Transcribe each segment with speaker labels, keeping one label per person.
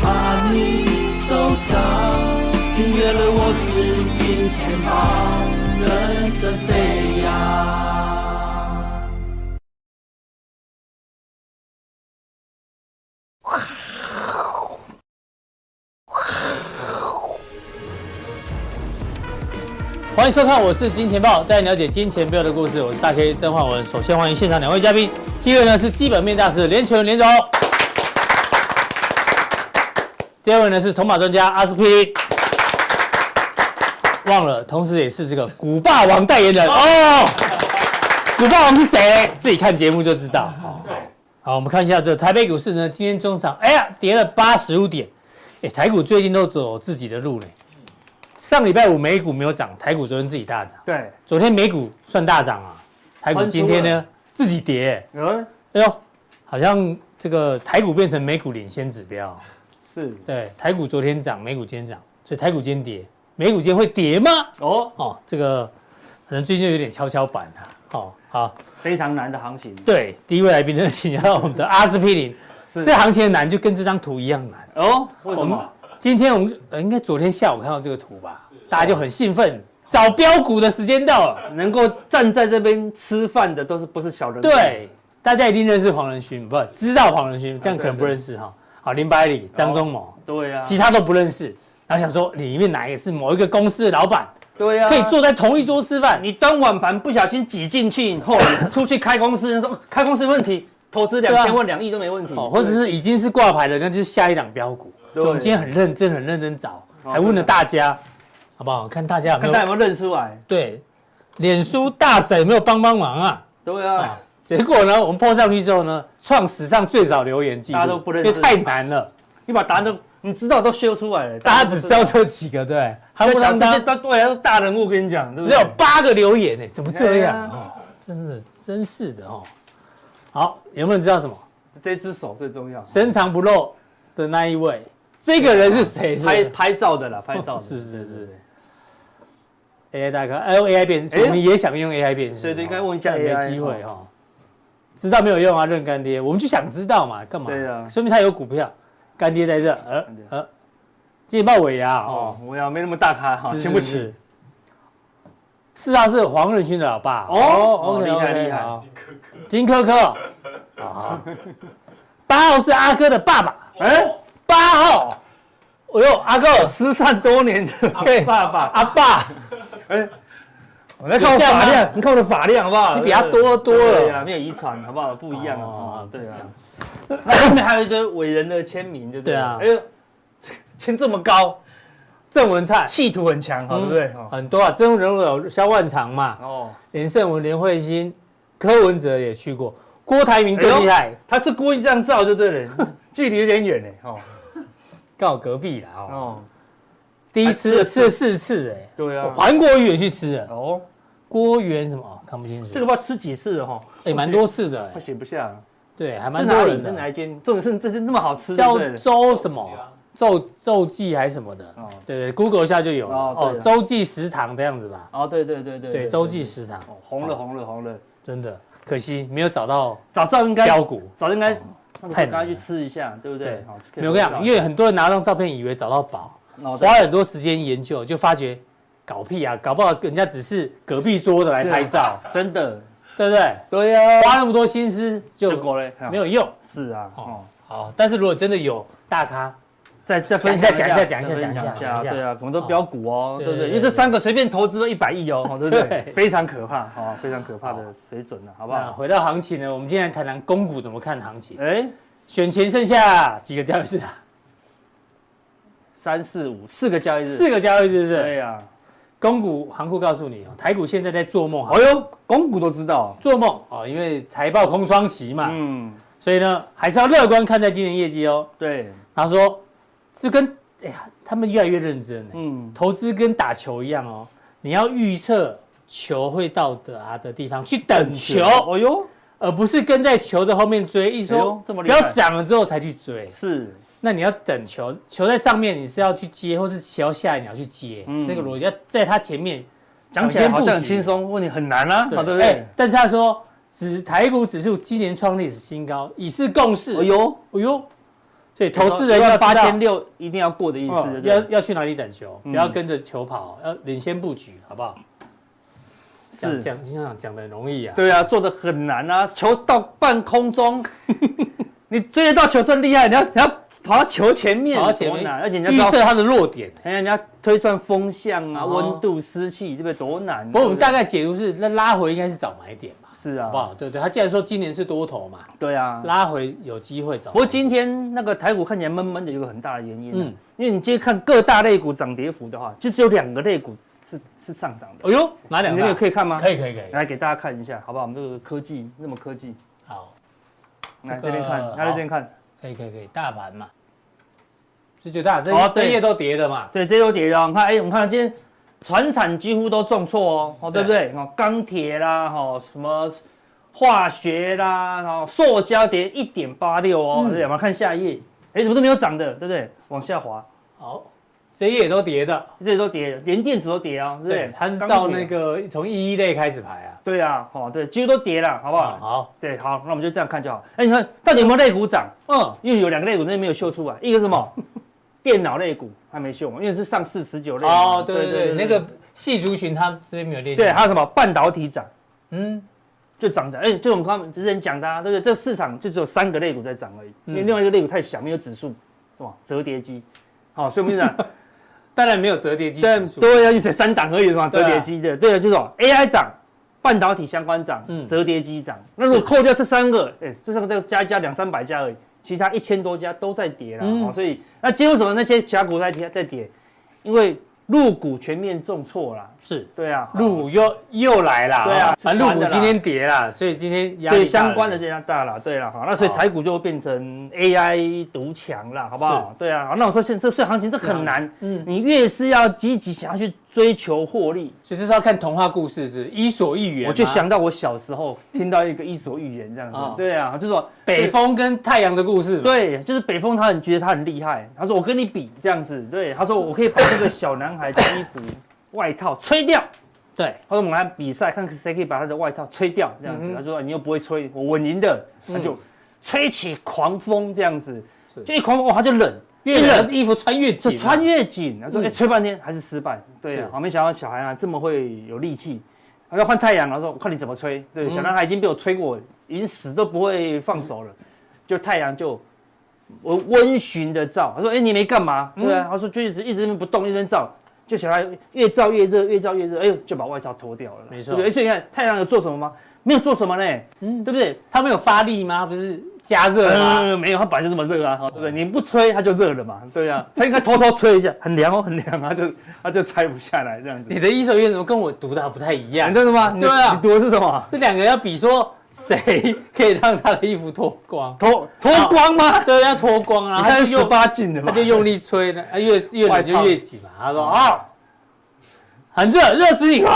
Speaker 1: 怕你受伤。原谅我是今天吧，人生飞扬。
Speaker 2: 欢迎收看，我是金钱豹，带你了解金钱豹的故事。我是大 K 曾焕文。首先欢迎现场两位嘉宾，第一位呢是基本面大师连全连总，第二位呢是筹码专家阿司匹林。忘了，同时也是这个古霸王代言人哦。古霸王是谁？自己看节目就知道。好，好，我们看一下这台北股市呢，今天中场哎呀跌了八十五点，哎，台股最近都走自己的路嘞。上礼拜五美股没有涨，台股昨天自己大涨。
Speaker 3: 对，
Speaker 2: 昨天美股算大涨啊，台股今天
Speaker 3: 翻
Speaker 2: 呢自己跌、
Speaker 3: 嗯，
Speaker 2: 哎呦，好像这个台股变成美股领先指标。
Speaker 3: 是
Speaker 2: 对，台股昨天涨，美股今天涨，所以台股今天跌，美股今天会跌吗？
Speaker 3: 哦，
Speaker 2: 哦，这个可能最近有点跷跷板啊。哦，好，
Speaker 3: 非常难的行情，
Speaker 2: 对，第一位来宾呢，请到我们的阿司匹林。
Speaker 3: 是
Speaker 2: 这行情的难就跟这张图一样难。
Speaker 3: 哦，为什
Speaker 2: 我们
Speaker 3: 么？
Speaker 2: 今天我们呃应该昨天下午看到这个图吧，大家就很兴奋，找标股的时间到了。
Speaker 3: 能够站在这边吃饭的都是不是小人？，
Speaker 2: 对，大家一定认识黄仁勋，不知道黄仁
Speaker 3: 啊
Speaker 2: 勋，但可能不认识哈。好，林百里、张忠谋，
Speaker 3: 对啊，
Speaker 2: 其他都不认识。然后想说里面哪一个是某一个公司的老板，
Speaker 3: 对啊，
Speaker 2: 可以坐。在同一桌吃饭？
Speaker 3: 你端碗盘不小心挤进去以 后，你出去开公司，人家说开公司问题，投资两
Speaker 2: 对啊
Speaker 3: 千万、两亿都没问题，啊
Speaker 2: 哦，或者是已经是挂牌的，那就是下一档标股。所
Speaker 3: 对
Speaker 2: 以我们今天很认真、很认真找，
Speaker 3: 哦
Speaker 2: 还问了
Speaker 3: 真的
Speaker 2: 大家，好不好？看大家有没
Speaker 3: 看大家
Speaker 2: 有
Speaker 3: 有没有认出来。
Speaker 2: 对脸书大神有没有帮帮忙啊？
Speaker 3: 对啊，
Speaker 2: 结果呢，我们 po 上去之后呢，创史上最少留言记录，
Speaker 3: 大家都不认
Speaker 2: 因为
Speaker 3: 识
Speaker 2: 太难了，
Speaker 3: 你把答案都你知道都修出来了，
Speaker 2: 大家
Speaker 3: 都
Speaker 2: 只
Speaker 3: 不
Speaker 2: 知
Speaker 3: 知道
Speaker 2: 道这几个，对，还不
Speaker 3: 就想
Speaker 2: 让大
Speaker 3: 这
Speaker 2: 家
Speaker 3: 些都对啊，都是大人物，跟你讲，对 不
Speaker 2: 只
Speaker 3: 对
Speaker 2: 有八个留言呢，怎么这样
Speaker 3: 哎呀
Speaker 2: 哦？真的，真是的哦。好，有没有人知道什么？
Speaker 3: 这只手最重要，
Speaker 2: 深藏不露的那一位，这个人是谁？
Speaker 3: 拍
Speaker 2: 是
Speaker 3: 拍照的啦，拍照的，
Speaker 2: 是是
Speaker 3: 对
Speaker 2: 是
Speaker 3: 对对
Speaker 2: AI 大哥，哎呦，AI 辨识，
Speaker 3: 哎
Speaker 2: 我们也想用 AI 辨识，
Speaker 3: 对
Speaker 2: 哦
Speaker 3: 对应该问一下
Speaker 2: 但没
Speaker 3: AI
Speaker 2: 机会哦。知道没有用啊，认干爹，我们就想知道嘛，干嘛？
Speaker 3: 对啊
Speaker 2: 说明他有股票，干爹在这，呃
Speaker 3: 干爹
Speaker 2: 呃，劲爆尾牙
Speaker 3: 哦
Speaker 2: 哦，，
Speaker 3: 我要没那么大咖，好，
Speaker 2: 是
Speaker 3: 请不。
Speaker 2: 是
Speaker 3: 起。
Speaker 2: 是四号是黄仁勋的老爸
Speaker 3: 哦哦
Speaker 2: OK，
Speaker 3: 厉害
Speaker 2: OK，
Speaker 3: 厉害
Speaker 2: 好金科 科，啊，八号是阿哥的爸爸，
Speaker 3: 哎，
Speaker 2: 八号，哎呦，阿哥，
Speaker 3: 失散多年的
Speaker 2: 对
Speaker 3: 啊爸爸，
Speaker 2: 阿爸，
Speaker 3: 哎，我在看我
Speaker 2: 有像吗
Speaker 3: 发量，你看我的发量好不好？
Speaker 2: 你比他多多
Speaker 3: 对啊，
Speaker 2: 了，
Speaker 3: 没有遗传，好不好？不一样啊
Speaker 2: 哦，
Speaker 3: 对啊。那后面还有一堆伟人的签名，就
Speaker 2: 对啊
Speaker 3: 哎呦，签这么高，
Speaker 2: 郑文灿，
Speaker 3: 企图很强，好对不对？
Speaker 2: 嗯
Speaker 3: 哦
Speaker 2: 很多啊，真人物有萧万长嘛，
Speaker 3: 哦，
Speaker 2: 连胜文、连慧欣、柯文哲也去过，郭台铭
Speaker 3: 哎
Speaker 2: 更厉害，
Speaker 3: 他是故意这样照就对了， 距离有点远哎，哦
Speaker 2: 告隔壁啦哦，
Speaker 3: 哦，
Speaker 2: 第一次
Speaker 3: 还
Speaker 2: 吃
Speaker 3: 吃
Speaker 2: 了
Speaker 3: 了
Speaker 2: 四次哎，
Speaker 3: 对啊，
Speaker 2: 韩国瑜也去吃了，
Speaker 3: 哦，
Speaker 2: 郭元什么哦看不清楚，
Speaker 3: 这个不知道吃几次了哈，
Speaker 2: 哎蛮多次的
Speaker 3: 快
Speaker 2: 哎，
Speaker 3: 写不下了。
Speaker 2: 对，还
Speaker 3: 是
Speaker 2: 蛮
Speaker 3: 哪
Speaker 2: 多
Speaker 3: 里？
Speaker 2: 人
Speaker 3: 是哪
Speaker 2: 的，
Speaker 3: 一间？重点是这是那么好吃，
Speaker 2: 叫
Speaker 3: 对不对
Speaker 2: 周什么周周记还是什么的
Speaker 3: 哦，
Speaker 2: 对对，Google 一下就有了
Speaker 3: 哦对
Speaker 2: 哦，
Speaker 3: 了
Speaker 2: 周记食堂的样子吧，
Speaker 3: 哦，对对对对
Speaker 2: 对，周记食堂
Speaker 3: 哦，红了红了红了，
Speaker 2: 真的可惜没有找到
Speaker 3: 早知道应该
Speaker 2: 标股。
Speaker 3: 早应该
Speaker 2: 太难
Speaker 3: 太
Speaker 2: 了
Speaker 3: 赶快去吃一下，对不对
Speaker 2: 对？
Speaker 3: 好可以
Speaker 2: 没有我跟你
Speaker 3: 拍照
Speaker 2: 讲，因为很多人拿到照片以为找到宝，
Speaker 3: 哦对
Speaker 2: 花了很多时间研究，就发觉搞屁啊，搞不好人家只是隔壁桌的来拍照，
Speaker 3: 真的
Speaker 2: 对不对？
Speaker 3: 对啊呀，
Speaker 2: 花那么多心思就
Speaker 3: 结果嘞
Speaker 2: 没有用。
Speaker 3: 哦是啊，哦，
Speaker 2: 好，但是如果真的有大咖，
Speaker 3: 再再分享
Speaker 2: 讲一下讲一下
Speaker 3: 再分享
Speaker 2: 讲一下讲一下
Speaker 3: 对啊，我们都标股哦，
Speaker 2: 对
Speaker 3: 对不
Speaker 2: 对对
Speaker 3: 对？因为这三个随便投资都一百亿哦，哦对不
Speaker 2: 对
Speaker 3: 对？非常可怕哦，非常可怕的水准了，好不
Speaker 2: 那
Speaker 3: 好？
Speaker 2: 回到行情呢，我们今天来谈谈公股怎么看行情。
Speaker 3: 哎，
Speaker 2: 选前剩下几个交易日啊？
Speaker 3: 三四五四个交易日，
Speaker 2: 四个交易日是不
Speaker 3: 对
Speaker 2: 是？
Speaker 3: 呀，
Speaker 2: 公股行库告诉你哦，台股现在在做梦啊
Speaker 3: 哎，呦，公股都知道，
Speaker 2: 做梦哦，因为财报空窗期嘛，
Speaker 3: 嗯，
Speaker 2: 所以呢还是要乐观看待今年业绩哦。
Speaker 3: 对，
Speaker 2: 他说是跟哎呀，他们越来越认真了。
Speaker 3: 嗯。
Speaker 2: 投资跟打球一样哦，你要预测球会到达的地方去等球，
Speaker 3: 哦呦，
Speaker 2: 而不是跟在球的后面追。一
Speaker 3: 哎
Speaker 2: 说
Speaker 3: 呦这
Speaker 2: 不
Speaker 3: 么厉害
Speaker 2: 要涨了之后才去追，
Speaker 3: 是
Speaker 2: 那你要等球，球在上面你是要去接，或是球下来你要去接，
Speaker 3: 嗯
Speaker 2: 这个逻辑要在它前面
Speaker 3: 讲起来好像很
Speaker 2: 抢先
Speaker 3: 轻
Speaker 2: 布局。
Speaker 3: 松，问题很难啊，对不
Speaker 2: 对，
Speaker 3: 对
Speaker 2: 哎？但是他说指台股指数今年创历史新高，已是共识。
Speaker 3: 哎呦，
Speaker 2: 哎呦，所以投资人要
Speaker 3: 八
Speaker 2: 知道哦
Speaker 3: 千六一定要过的意思，对不嗯
Speaker 2: 要
Speaker 3: 对
Speaker 2: 要去哪里等球，不要跟着球跑，要领先布局，好不好？讲
Speaker 3: 是
Speaker 2: 讲经常讲的很容易啊，
Speaker 3: 对啊，做的很难啊，球到半空中， 你追得到球算厉害，你要你要跑到球前面，
Speaker 2: 跑到前
Speaker 3: 多
Speaker 2: 面
Speaker 3: 难，而且你要
Speaker 2: 预
Speaker 3: 知道
Speaker 2: 测它的弱点。
Speaker 3: 哎呀，你要推算风向啊、
Speaker 2: 哦
Speaker 3: 温度、湿气，这个多难。啊
Speaker 2: 不过我们
Speaker 3: 对
Speaker 2: 大
Speaker 3: 不
Speaker 2: 概解读是，那拉回应该是早买点嘛，
Speaker 3: 对是
Speaker 2: 好不
Speaker 3: 啊，
Speaker 2: 好？对对，他既然说今年是多头嘛，
Speaker 3: 对啊。
Speaker 2: 拉回有机会早买。
Speaker 3: 不过今天那个台股看起来闷闷的，有一个很大的原因、嗯
Speaker 2: 嗯，
Speaker 3: 因为你今天看各大类股涨跌幅的话，就只有两个类股是是上涨的。
Speaker 2: 哎呦，哪两
Speaker 3: 你那个
Speaker 2: 个？
Speaker 3: 可以看吗？哎
Speaker 2: 可以可以可以。
Speaker 3: 来给大家看一下，好不好？我们这个科技那么科技，
Speaker 2: 好，
Speaker 3: 来
Speaker 2: 这
Speaker 3: 这
Speaker 2: 个
Speaker 3: 边看，来这边看，
Speaker 2: 可以可以可以，大盘嘛，这就大这
Speaker 3: 哦
Speaker 2: 这
Speaker 3: 对
Speaker 2: 一页都跌的嘛，
Speaker 3: 对，这又跌了。你看，哎、我们看今天船产几乎都重挫哦，哦，对不对？哦，钢铁啦，哦，什么化学啦，然后塑胶跌一点八六哦，
Speaker 2: 嗯
Speaker 3: 对不对？我们看下一页，哎、怎么都没有涨的，对不对？往下滑，
Speaker 2: 好，这一页也都跌的，
Speaker 3: 这些都跌了，连电子都跌哦，对不对
Speaker 2: 对？，它是
Speaker 3: 钢
Speaker 2: 照
Speaker 3: 铁
Speaker 2: 那，个从一一类开始排啊，
Speaker 3: 对啊，哦，对，几乎都跌了，好不好？
Speaker 2: 好，
Speaker 3: 对，好，那我们就这样看就好。哎、你看到底有没有类股涨？
Speaker 2: 嗯，
Speaker 3: 因为有两个类股那边没有秀出来，一个是 什么？电脑类股还没秀嘛，因为是上市十九类嘛。
Speaker 2: 哦，对对对，那个细族群它这边没有列进
Speaker 3: 对，
Speaker 2: 来，
Speaker 3: 还有什么半导体涨
Speaker 2: 嗯，
Speaker 3: 就涨涨，哎、就我们刚刚之前讲的、啊，对不对？这个市场就只有三个类股在涨而已，因为
Speaker 2: 嗯
Speaker 3: 另外一个类股太小，没有指数，哇，折叠机，好、所以我们就讲，
Speaker 2: 当然没有折叠机指
Speaker 3: 对
Speaker 2: 数，
Speaker 3: 对啊，就是三档而已嘛，
Speaker 2: 对啊
Speaker 3: 折叠机的，对啊，就是说 AI 涨，半导体相关涨，
Speaker 2: 嗯
Speaker 3: 折叠机涨。那如果扣掉这三个，哎、这三个再加一加两三百家而已，其他一千多家都在跌了、
Speaker 2: 嗯
Speaker 3: 哦，所以那结果什么那些其他股在跌在跌，因为入股全面重挫啦，
Speaker 2: 是。
Speaker 3: 对啊，
Speaker 2: 入股又又来啦，
Speaker 3: 对啊
Speaker 2: 哦反
Speaker 3: 是
Speaker 2: 正入股
Speaker 3: 传的啦
Speaker 2: 今天跌啦，所以今天压
Speaker 3: 所
Speaker 2: 力
Speaker 3: 以
Speaker 2: 大了哦
Speaker 3: 相关的这家大了，对了，好，那所以
Speaker 2: 好
Speaker 3: 台股就变成 AI 独强了，好不好？对啊，好那我说现在这这行情这很难，
Speaker 2: 嗯
Speaker 3: 嗯，你越是要积极想要去追求获利，
Speaker 2: 所以这是要看童话故事是《伊索寓言》吗，
Speaker 3: 我就想到我小时候听到一个伊索寓言这样子
Speaker 2: 哦，
Speaker 3: 对啊，就是说
Speaker 2: 北风跟太阳的故事嘛，
Speaker 3: 对，就是北风，他很觉得他很厉害。他说：“我跟你比这样子，对。”他说：“我可以把这个小男孩的衣服、外套吹掉。
Speaker 2: 对”
Speaker 3: 他说：“我们来比赛，看谁可以把他的外套吹掉。”这样子，
Speaker 2: 嗯哼嗯
Speaker 3: 他就说：“你又不会吹，我稳赢的。”他就吹起狂风，这样子
Speaker 2: 是，
Speaker 3: 就一狂风，哇，他就冷，
Speaker 2: 越冷衣服穿越紧
Speaker 3: 是
Speaker 2: 嘛，
Speaker 3: 穿越紧。他说：“
Speaker 2: 嗯
Speaker 3: 哎，吹半天还是失败。”对啊
Speaker 2: 是，
Speaker 3: 我没想到小孩啊这么会有力气。他说换太阳，他说我看你怎么吹。对，
Speaker 2: 嗯
Speaker 3: 小男孩已经被我吹过，已经死都不会放手了。就太阳就我温煦的照，他说：“哎、你没干嘛？”对
Speaker 2: 嗯
Speaker 3: 啊，他说就一直一直不动，一直照。就小孩越照越热，越照越热，哎呦，就把外套脱掉了啦。
Speaker 2: 没错
Speaker 3: 对不哎对所以你看太阳有做什么吗？没有做什么呢，嗯，对不对？
Speaker 2: 他们有发力吗？不是加热吗？
Speaker 3: 呃，没有，它本来就这么热啊，对不对？你不吹它就热了嘛，对啊，它应该偷偷吹一下，很凉哦，很凉啊，就它就拆不下来 这样子。
Speaker 2: 你的一手院怎么跟我读的还不太一
Speaker 3: 你
Speaker 2: 样？
Speaker 3: 真的吗？你
Speaker 2: 对啊
Speaker 3: 你读的是什么？
Speaker 2: 这两个要比说谁可以让他的衣服脱光，
Speaker 3: 脱脱光吗？
Speaker 2: 对，要脱光啊，
Speaker 3: 你
Speaker 2: 他
Speaker 3: 看
Speaker 2: 就是
Speaker 3: 十
Speaker 2: 用
Speaker 3: 八禁的
Speaker 2: 他
Speaker 3: 嘛，哦
Speaker 2: 就用力吹呢，啊越越冷
Speaker 3: 外
Speaker 2: 就
Speaker 3: 套
Speaker 2: 越紧嘛。他说啊，很热，热死你 啊！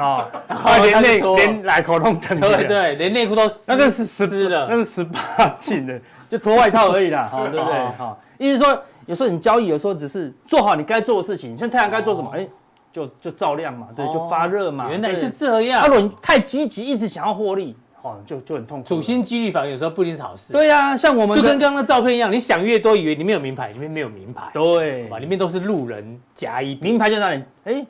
Speaker 3: 啊，然
Speaker 2: 后
Speaker 3: 后连
Speaker 2: 他就
Speaker 3: 内
Speaker 2: 脱
Speaker 3: 连奶口都疼
Speaker 2: 对对，连内裤都湿
Speaker 3: 那个是十
Speaker 2: 湿
Speaker 3: 那
Speaker 2: 了，
Speaker 3: 是十八禁的，就脱外套而已啦，哈，对不对
Speaker 2: 哦？
Speaker 3: 哈，意思说，有时候你交易，有时候只是做好你该做的事情，像太阳该做什么，哎，就就照亮嘛，对，就发热嘛。
Speaker 2: 哦原来
Speaker 3: 对
Speaker 2: 是这
Speaker 3: 啊，如
Speaker 2: 样，
Speaker 3: 果你太积极，一直想要获利，哦，就就很痛苦。
Speaker 2: 处心积虑反而有时候不一定是好事。
Speaker 3: 对呀、像我们
Speaker 2: 就
Speaker 3: 的
Speaker 2: 跟刚刚的照片一样，你想越多，以为里面有名牌，里面没有名牌，
Speaker 3: 对
Speaker 2: 哇，里面都是路人甲乙丙。
Speaker 3: 名牌就在哪里？哎，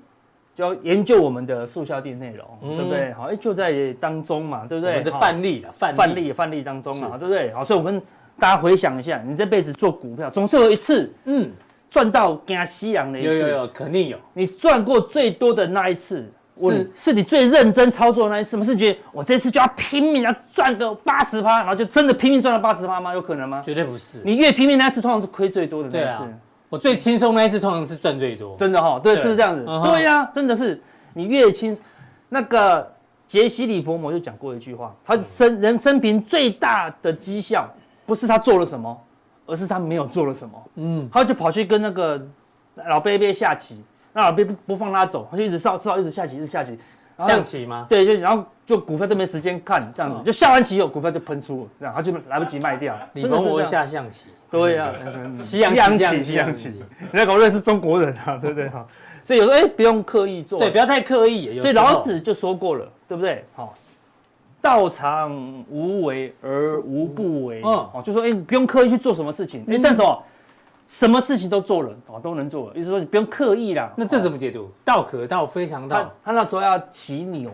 Speaker 3: 就要研究我们的速效店内容，
Speaker 2: 嗯
Speaker 3: 对不对？好，哎，就在当中嘛，对不
Speaker 2: 我
Speaker 3: 对？
Speaker 2: 们的
Speaker 3: 好
Speaker 2: 范例了，范
Speaker 3: 范
Speaker 2: 例
Speaker 3: 例范例当中啊
Speaker 2: 是，
Speaker 3: 对不对？好，所以我跟大家回想一下，你这辈子做股票，总是有一次
Speaker 2: 嗯，
Speaker 3: 赚到惊夕阳的一
Speaker 2: 有有
Speaker 3: 次，
Speaker 2: 有，肯定有。
Speaker 3: 你赚过最多的那一次。我
Speaker 2: 是
Speaker 3: 是你最认真操作的那一次吗？是觉得我这次就要拼命要赚个八十趴，然后就真的拼命赚到八十趴吗？有可能吗？
Speaker 2: 绝对不是。
Speaker 3: 你越拼命那一次，通常是亏最多的那
Speaker 2: 对
Speaker 3: 一次，
Speaker 2: 啊，我最轻松那一次通常是赚最多。
Speaker 3: 真的哈、对，
Speaker 2: 对
Speaker 3: 是不是这样子？
Speaker 2: 嗯哼
Speaker 3: 对呀、真的是你越轻，那个杰西·里佛摩就讲过一句话，他生人生平最大的绩效，不是他做了什么，而是他没有做了什么。
Speaker 2: 嗯，
Speaker 3: 他就跑去跟那个老贝贝下棋，那老贝不不放他走，他就一直上，知道一直下棋，一直下棋，然后
Speaker 2: 象棋吗？
Speaker 3: 对，就然后就股票都没时间看，这样子，
Speaker 2: 嗯
Speaker 3: 就下完棋以后股票就喷出了，这样他就来不及卖掉。
Speaker 2: 李
Speaker 3: 真的
Speaker 2: 文
Speaker 3: 是
Speaker 2: 博
Speaker 3: 这样
Speaker 2: 下象棋，
Speaker 3: 对呀、嗯
Speaker 2: 西洋棋西洋
Speaker 3: 西洋棋，
Speaker 2: 棋
Speaker 3: 西洋
Speaker 2: 西
Speaker 3: 棋
Speaker 2: 洋棋，
Speaker 3: 你在搞认识中国人啊， 对不对哈？所以有时候哎、不用刻意做，
Speaker 2: 对，不要太刻意。有时
Speaker 3: 所
Speaker 2: 候
Speaker 3: 以老子就说过了，对不对？好、道常无为而无不为，
Speaker 2: 嗯
Speaker 3: 哦，就说哎、你不用刻意去做什么事情，哎、但是哦，什么事情都做了，哦，都能做了，意思说你不用刻意啦。
Speaker 2: 那这怎么解读？道可道，非常
Speaker 3: 他
Speaker 2: 道。
Speaker 3: 他那时候要骑牛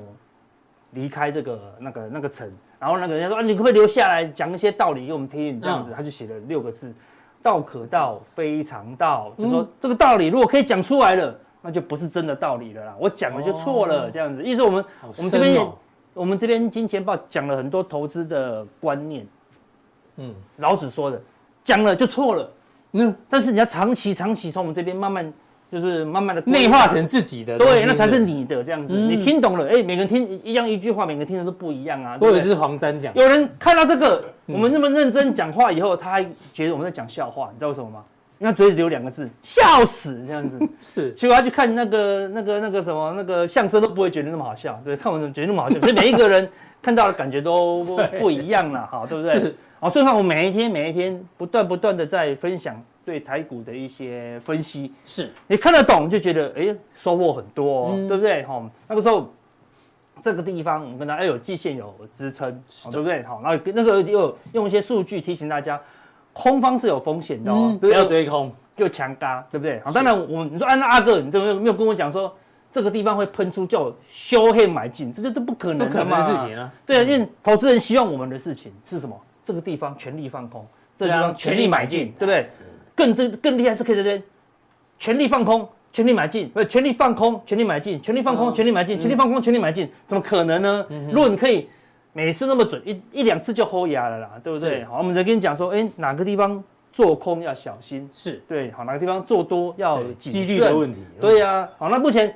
Speaker 3: 离开这个那个那个城，然后那个人家说啊，你可不可以留下来讲一些道理给我们听？这
Speaker 2: 嗯
Speaker 3: 样子，他就写了六个字：道可道，非常道。就
Speaker 2: 嗯
Speaker 3: 说这个道理如果可以讲出来了，那就不是真的道理了啦，我讲的就错了，这样子。意思我们我们这边
Speaker 2: 哦深
Speaker 3: 也
Speaker 2: 哦
Speaker 3: 我们这边金钱豹讲了很多投资的观念，
Speaker 2: 嗯，
Speaker 3: 老子说的，讲了就错了。
Speaker 2: 那
Speaker 3: 但是你要长期长期从我们这边慢慢，就是慢慢的
Speaker 2: 内化成自己的东西，
Speaker 3: 对，那才是
Speaker 2: 不
Speaker 3: 你的这样子。
Speaker 2: 嗯
Speaker 3: 你听懂了，哎，每个人听一样一句话，每个人听的都不一样啊。
Speaker 2: 对。
Speaker 3: 对
Speaker 2: 或
Speaker 3: 不
Speaker 2: 者
Speaker 3: 对？
Speaker 2: 是黄沾讲，
Speaker 3: 有人看到这个，嗯我们那么认真讲话以后，他还觉得我们在讲笑话，你知道为什么吗？因为他嘴里留两个字“笑死”这 样子，
Speaker 2: 是
Speaker 3: 结果他去看那个、那个、那个什么、那个相声都不会觉得那么好笑，对，看我怎么觉得那么好笑，所以每一个人看到的感觉都不
Speaker 2: 对
Speaker 3: 不一样了，哈，对不对
Speaker 2: 是？
Speaker 3: 好，所以说我每一天、每一天不断不断的在分享对台股的一些分析，
Speaker 2: 是，
Speaker 3: 你看得懂就觉得哎、收获很多、哦
Speaker 2: 嗯
Speaker 3: 对不对？哈、那个时候这个地方我们跟它哎有季线有支撑，哦对不对？好、然后那时候又有用一些数据提醒大家，空方是有风险的哦，
Speaker 2: 嗯不
Speaker 3: 对
Speaker 2: 要
Speaker 3: 不对？
Speaker 2: 追空，
Speaker 3: 就强嘎，对不对？好，当然我们你说啊，那阿哥你怎么没有跟我讲说这个地方会喷出叫我修黑买进，这这这不可能
Speaker 2: 不
Speaker 3: 的
Speaker 2: 可能
Speaker 3: 嘛
Speaker 2: 的事情啊。
Speaker 3: 对，因为投资人希望我们的事情是什么？这个地方全力放空，这个地
Speaker 2: 对啊
Speaker 3: 方全力买进，
Speaker 2: 全力买进
Speaker 3: 对不对？更这更厉害是可以在这边全力放空，全力买进，不是全力放空，全力买进，全力放空，
Speaker 2: 嗯
Speaker 3: 全力买进，全力放空，全力买进，怎么可能呢？如果你可以每次那么准，一一两次就齁牙了啦，对不对？
Speaker 2: 是
Speaker 3: 好，我们再跟你讲说，哎，哪个地方做空要小心，
Speaker 2: 是
Speaker 3: 对，好，哪个地方做多要
Speaker 2: 对
Speaker 3: 谨
Speaker 2: 几率的
Speaker 3: 慎
Speaker 2: 问题，嗯
Speaker 3: 对呀、好，那目前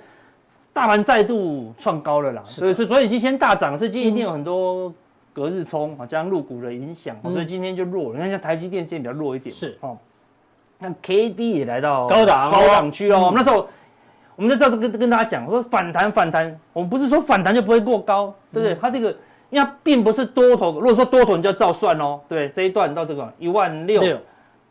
Speaker 3: 大盘再度创高了啦，
Speaker 2: 是的
Speaker 3: 所以所以昨天已经先大涨，所以今天一定有很多隔日冲啊，加上入股的影响，
Speaker 2: 嗯
Speaker 3: 所以今天就弱了。你看像台积电今天比较弱一点，
Speaker 2: 是
Speaker 3: 哦。那 K D 也来到
Speaker 2: 高档哦
Speaker 3: 高档区
Speaker 2: 嗯
Speaker 3: 哦。我们那时候，我们那时候跟跟大家讲，我说反弹反弹，我们不是说反弹就不会过高，对
Speaker 2: 嗯
Speaker 3: 不对？它这个，因为它并不是多头，如果说多头你就要照算哦，对，这一段到这个一万六
Speaker 2: 六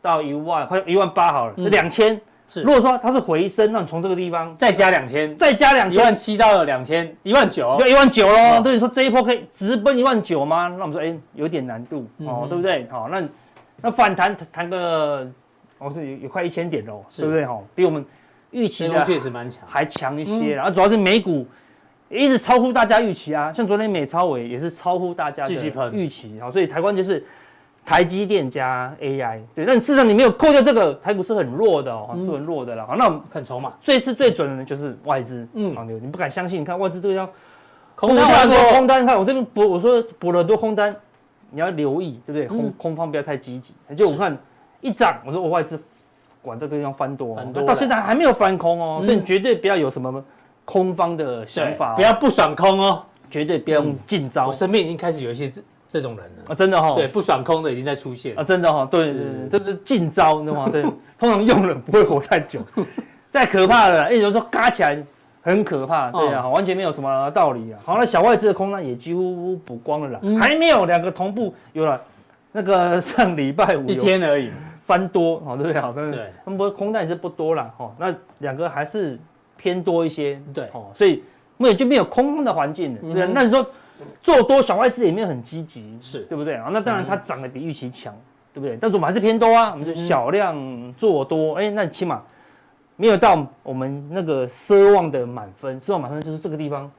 Speaker 3: 到一万，快一万八好了，
Speaker 2: 嗯
Speaker 3: 是两千。
Speaker 2: 是
Speaker 3: 如果说它是回升，那你从这个地方
Speaker 2: 再加两千，
Speaker 3: 再加两
Speaker 2: 一
Speaker 3: 千，
Speaker 2: 万七到两千，一万九
Speaker 3: 就，一万九喽
Speaker 2: 嗯。
Speaker 3: 对，你说这一波可以直奔一万九吗？那我们说，哎、有点难度
Speaker 2: 嗯
Speaker 3: 哦
Speaker 2: 哼，
Speaker 3: 对不对？好、那那反弹弹个，哦，是有有快一千点喽，
Speaker 2: 是
Speaker 3: 对不对？哈、比我们预期
Speaker 2: 这个
Speaker 3: 的
Speaker 2: 确实蛮强，
Speaker 3: 还强一
Speaker 2: 嗯
Speaker 3: 些啦。然后、主要是美股一直超乎大家预期啊，像昨天美超伟也是超乎大家
Speaker 2: 继续
Speaker 3: 的
Speaker 2: 喷
Speaker 3: 预期，好、所以台湾就是。台积电加 AI，对，但事实上你没有扣掉这个，台股是很弱的
Speaker 2: 嗯
Speaker 3: 哦，是很弱的啦。好，那我们
Speaker 2: 看筹码，
Speaker 3: 最是最准的就是外资，
Speaker 2: 嗯
Speaker 3: 嗯，啊，你你不敢相信，你看外资这个样，
Speaker 2: 空
Speaker 3: 空
Speaker 2: 单
Speaker 3: 单
Speaker 2: 完
Speaker 3: 很多
Speaker 2: 多，
Speaker 3: 空单，你看我这边补，我说补了很多空单，你要留意，对不对？空、
Speaker 2: 嗯
Speaker 3: 空方不要太积极，就我看一涨，我说我外资管在这个地方翻多,、哦、
Speaker 2: 翻多了
Speaker 3: 到现在还没有翻空哦，
Speaker 2: 嗯
Speaker 3: 所以你绝对不要有什么空方的想
Speaker 2: 对
Speaker 3: 法、，
Speaker 2: 不要不爽空哦。
Speaker 3: 绝对不要用尽招、
Speaker 2: 我身边已经开始有一些这这种人了，
Speaker 3: 啊，真的哈、哦，
Speaker 2: 对，不爽空的已经在出现
Speaker 3: 啊，，真的哈、哦，对，
Speaker 2: 是
Speaker 3: 这是近招，你知道 吗？对，通常用了不会活太久，太可怕了啦。也就是说，嘎起来很可怕，对啊，
Speaker 2: 哦
Speaker 3: 完全没有什么道理啊。好，那小外资的空单也几乎补光了啦，
Speaker 2: 嗯
Speaker 3: 还没有两个同步有了。那个上礼拜五
Speaker 2: 一
Speaker 3: 有啊
Speaker 2: 天而已，
Speaker 3: 翻多，哦，对不对？好，但
Speaker 2: 对
Speaker 3: 是他们不空单也是不多啦，哦，那两个还是偏多一些，
Speaker 2: 对
Speaker 3: 哦，所以没有就没有空方的环境了，对啊
Speaker 2: 嗯哼
Speaker 3: 那你说做多小外资也没有很积极，
Speaker 2: 是嗯
Speaker 3: 对不对啊？那当然它涨得比预期强，对不对？但是我们还是偏多啊，我们就小量做多，哎、那起码没有到我们那个奢望的满分，奢望满分就是这个地方。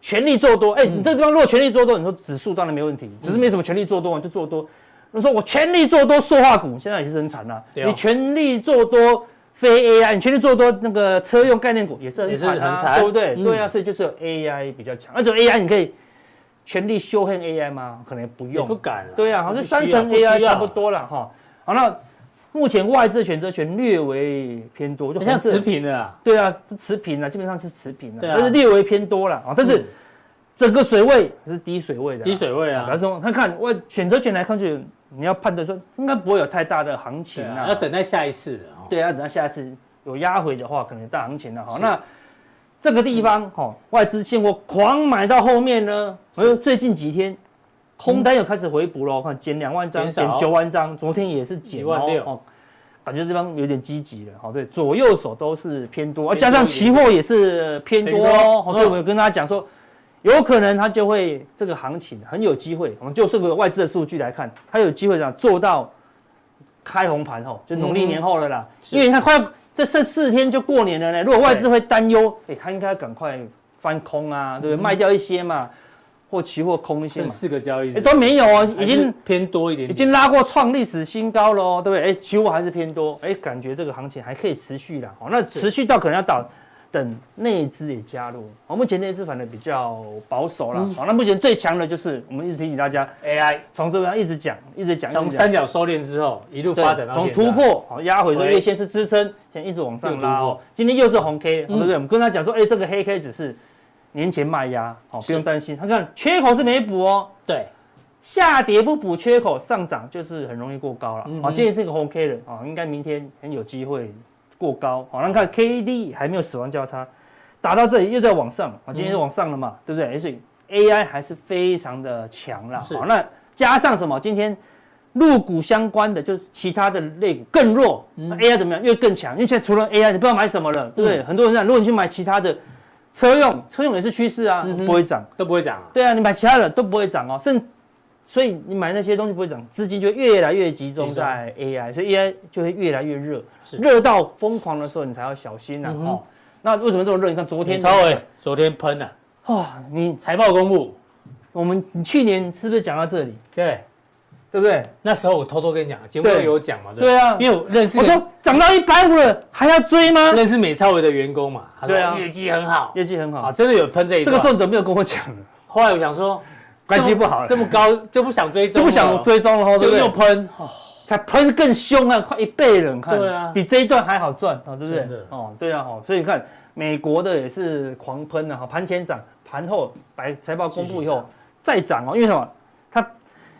Speaker 3: 全力做多，哎、
Speaker 2: 嗯
Speaker 3: 你这个地方如果全力做多，你说指数当然没问题，只是没什么全力做多，就做多。你说我全力做多塑化股，现在也是很惨啦、
Speaker 2: 对啊
Speaker 3: 你全力做多非 AI，你全力做多那个车用概念股也是很惨、啊，
Speaker 2: 也是很惨
Speaker 3: 对不对？
Speaker 2: 嗯
Speaker 3: 对啊，所以就是有 AI 比较强，啊而且 AI 你可以全力修恨 AI 吗？可能也不
Speaker 2: 也
Speaker 3: 用，
Speaker 2: 不敢了，
Speaker 3: 对啊，好像三成
Speaker 2: 不需要
Speaker 3: AI 差不，多了哈。好，那目前外资选择权略微偏多，就
Speaker 2: 不需要很像
Speaker 3: 红色
Speaker 2: 持平的啊，
Speaker 3: 对啊，持平了，基本上是持平了，
Speaker 2: 对啊
Speaker 3: 但是略微偏多了啊。但是
Speaker 2: 嗯
Speaker 3: 整个水位是低水位的啦，
Speaker 2: 低水位
Speaker 3: 比方
Speaker 2: 啊，
Speaker 3: 说，他看我选择权来看去，你要判断说应该不会有太大的行情
Speaker 2: 对
Speaker 3: 啊。
Speaker 2: 啊，要等待下一次了哦，
Speaker 3: 对，要等到下一次有压回的话，可能有大行情了。好，
Speaker 2: 是
Speaker 3: 那这个地方哈、哦，外资现货狂买到后面呢，
Speaker 2: 嗯是嗯
Speaker 3: 我说最近几天空单又开始回补喽，看减两万张，
Speaker 2: 减
Speaker 3: 减
Speaker 2: 少
Speaker 3: 九万张，昨天也是减哦
Speaker 2: 16,000
Speaker 3: 哦，感觉这方有点积极了。好，对，左右手都是偏多，啊
Speaker 2: 偏多
Speaker 3: 加上期货也是偏多
Speaker 2: 偏多嗯
Speaker 3: 哦，好所以我们有跟大家讲说。有可能它就会这个行情很有机会，我们就这个外资的数据来看，它有机会这样做到开红盘后，就农历年后了
Speaker 2: 嗯
Speaker 3: 啦。因为你看快要这剩四天就过年了呢，如果外资会担忧，哎、它应该赶快翻空啊，
Speaker 2: 嗯
Speaker 3: 对不对？卖掉一些嘛，或期货空一些
Speaker 2: 剩
Speaker 3: 嘛，
Speaker 2: 四个交易
Speaker 3: 哎、
Speaker 2: 日
Speaker 3: 都没有哦，已
Speaker 2: 还
Speaker 3: 经
Speaker 2: 是嗯偏多一点
Speaker 3: 已
Speaker 2: 点，
Speaker 3: 经拉过创历史新高了哦，对不对？哎，期货还是偏多，哎，感觉这个行情还可以持续啦。哦，那持续到可能要到等内资也加入。哦，目前内资反而比较保守啦。
Speaker 2: 嗯
Speaker 3: 好、哦，那目前最强的就是我们一直提醒大家，
Speaker 2: AI
Speaker 3: 从这边一直讲，一直讲，
Speaker 2: 从
Speaker 3: 一直讲
Speaker 2: 三角收敛之后一路
Speaker 3: 对
Speaker 2: 发展到
Speaker 3: 从
Speaker 2: 现在
Speaker 3: 突破好压回，说
Speaker 2: 对
Speaker 3: 月线是支撑，现在一直往上拉
Speaker 2: 又突
Speaker 3: 哦
Speaker 2: 破。
Speaker 3: 今天又是红 K，、
Speaker 2: 嗯
Speaker 3: 对不对？我们跟他讲说，哎，这个黑 K 只是年前卖压，好、
Speaker 2: 是
Speaker 3: 不用担心。他看缺口是没补哦，
Speaker 2: 对，
Speaker 3: 下跌不补缺口，上涨就是很容易过高了。好、
Speaker 2: 嗯
Speaker 3: 今天是个红 K 的啊、应该明天很有机会过高。好、那你看 K D 还没有死亡交叉，打到这里又在往上，啊、
Speaker 2: 嗯
Speaker 3: 今天是往上了嘛，对不对？所以 A I 还是非常的强啦。
Speaker 2: 是
Speaker 3: 好、那加上什么？今天入股相关的，就是其他的类股更弱、
Speaker 2: 嗯
Speaker 3: 那 a I 怎么样？又更强，因为现在除了 A I，你不知道买什么了，对不对？很多人讲，如果你去买其他的车用，车用也是趋势啊，
Speaker 2: 嗯哼
Speaker 3: 不会涨。
Speaker 2: 都不会涨啊，
Speaker 3: 对啊，你买其他的都不会涨哦，甚所以你买那些东西不会涨，资金就越来越集中
Speaker 2: 集中
Speaker 3: 在 AI，所以 AI 就会越来越热
Speaker 2: 是，
Speaker 3: 热到疯狂的时候你才要小心呐、啊
Speaker 2: 嗯哼
Speaker 3: 哦。那为什么这么热？你看昨
Speaker 2: 李
Speaker 3: 天
Speaker 2: 超伟昨天喷了
Speaker 3: 哦，你
Speaker 2: 财报公布，
Speaker 3: 我们你去年是不是讲到这里？
Speaker 2: 对，
Speaker 3: 对不对？
Speaker 2: 那时候我偷偷跟你讲，节目
Speaker 3: 对
Speaker 2: 上有讲嘛，对不
Speaker 3: 对啊
Speaker 2: 因为我认识
Speaker 3: 我
Speaker 2: 个
Speaker 3: 说涨到一百五了还要追吗？
Speaker 2: 认识美超伟的员工嘛，他说
Speaker 3: 对啊
Speaker 2: 业绩很好
Speaker 3: 业绩很好
Speaker 2: 啊，，真的有喷这一
Speaker 3: 这个
Speaker 2: 段
Speaker 3: 时候，你怎么没有跟我讲呢？
Speaker 2: 后来我想说
Speaker 3: 关系不好了，
Speaker 2: 啊这么高就不想追踪
Speaker 3: 就
Speaker 2: 了，
Speaker 3: 不想追踪了哦，对
Speaker 2: 就
Speaker 3: 不
Speaker 2: 又
Speaker 3: 对？
Speaker 2: 喷，哦
Speaker 3: 才喷更凶啊，快一倍了，你看，
Speaker 2: 对啊
Speaker 3: 比这一段还好赚啊，对不
Speaker 2: 真
Speaker 3: 对
Speaker 2: 的？
Speaker 3: 哦，对啊，哦，所以你看美国的也是狂喷啊，哈盘前涨，盘后白财报公布以
Speaker 2: 继续
Speaker 3: 后
Speaker 2: 涨
Speaker 3: 再涨哦，因为什么？它，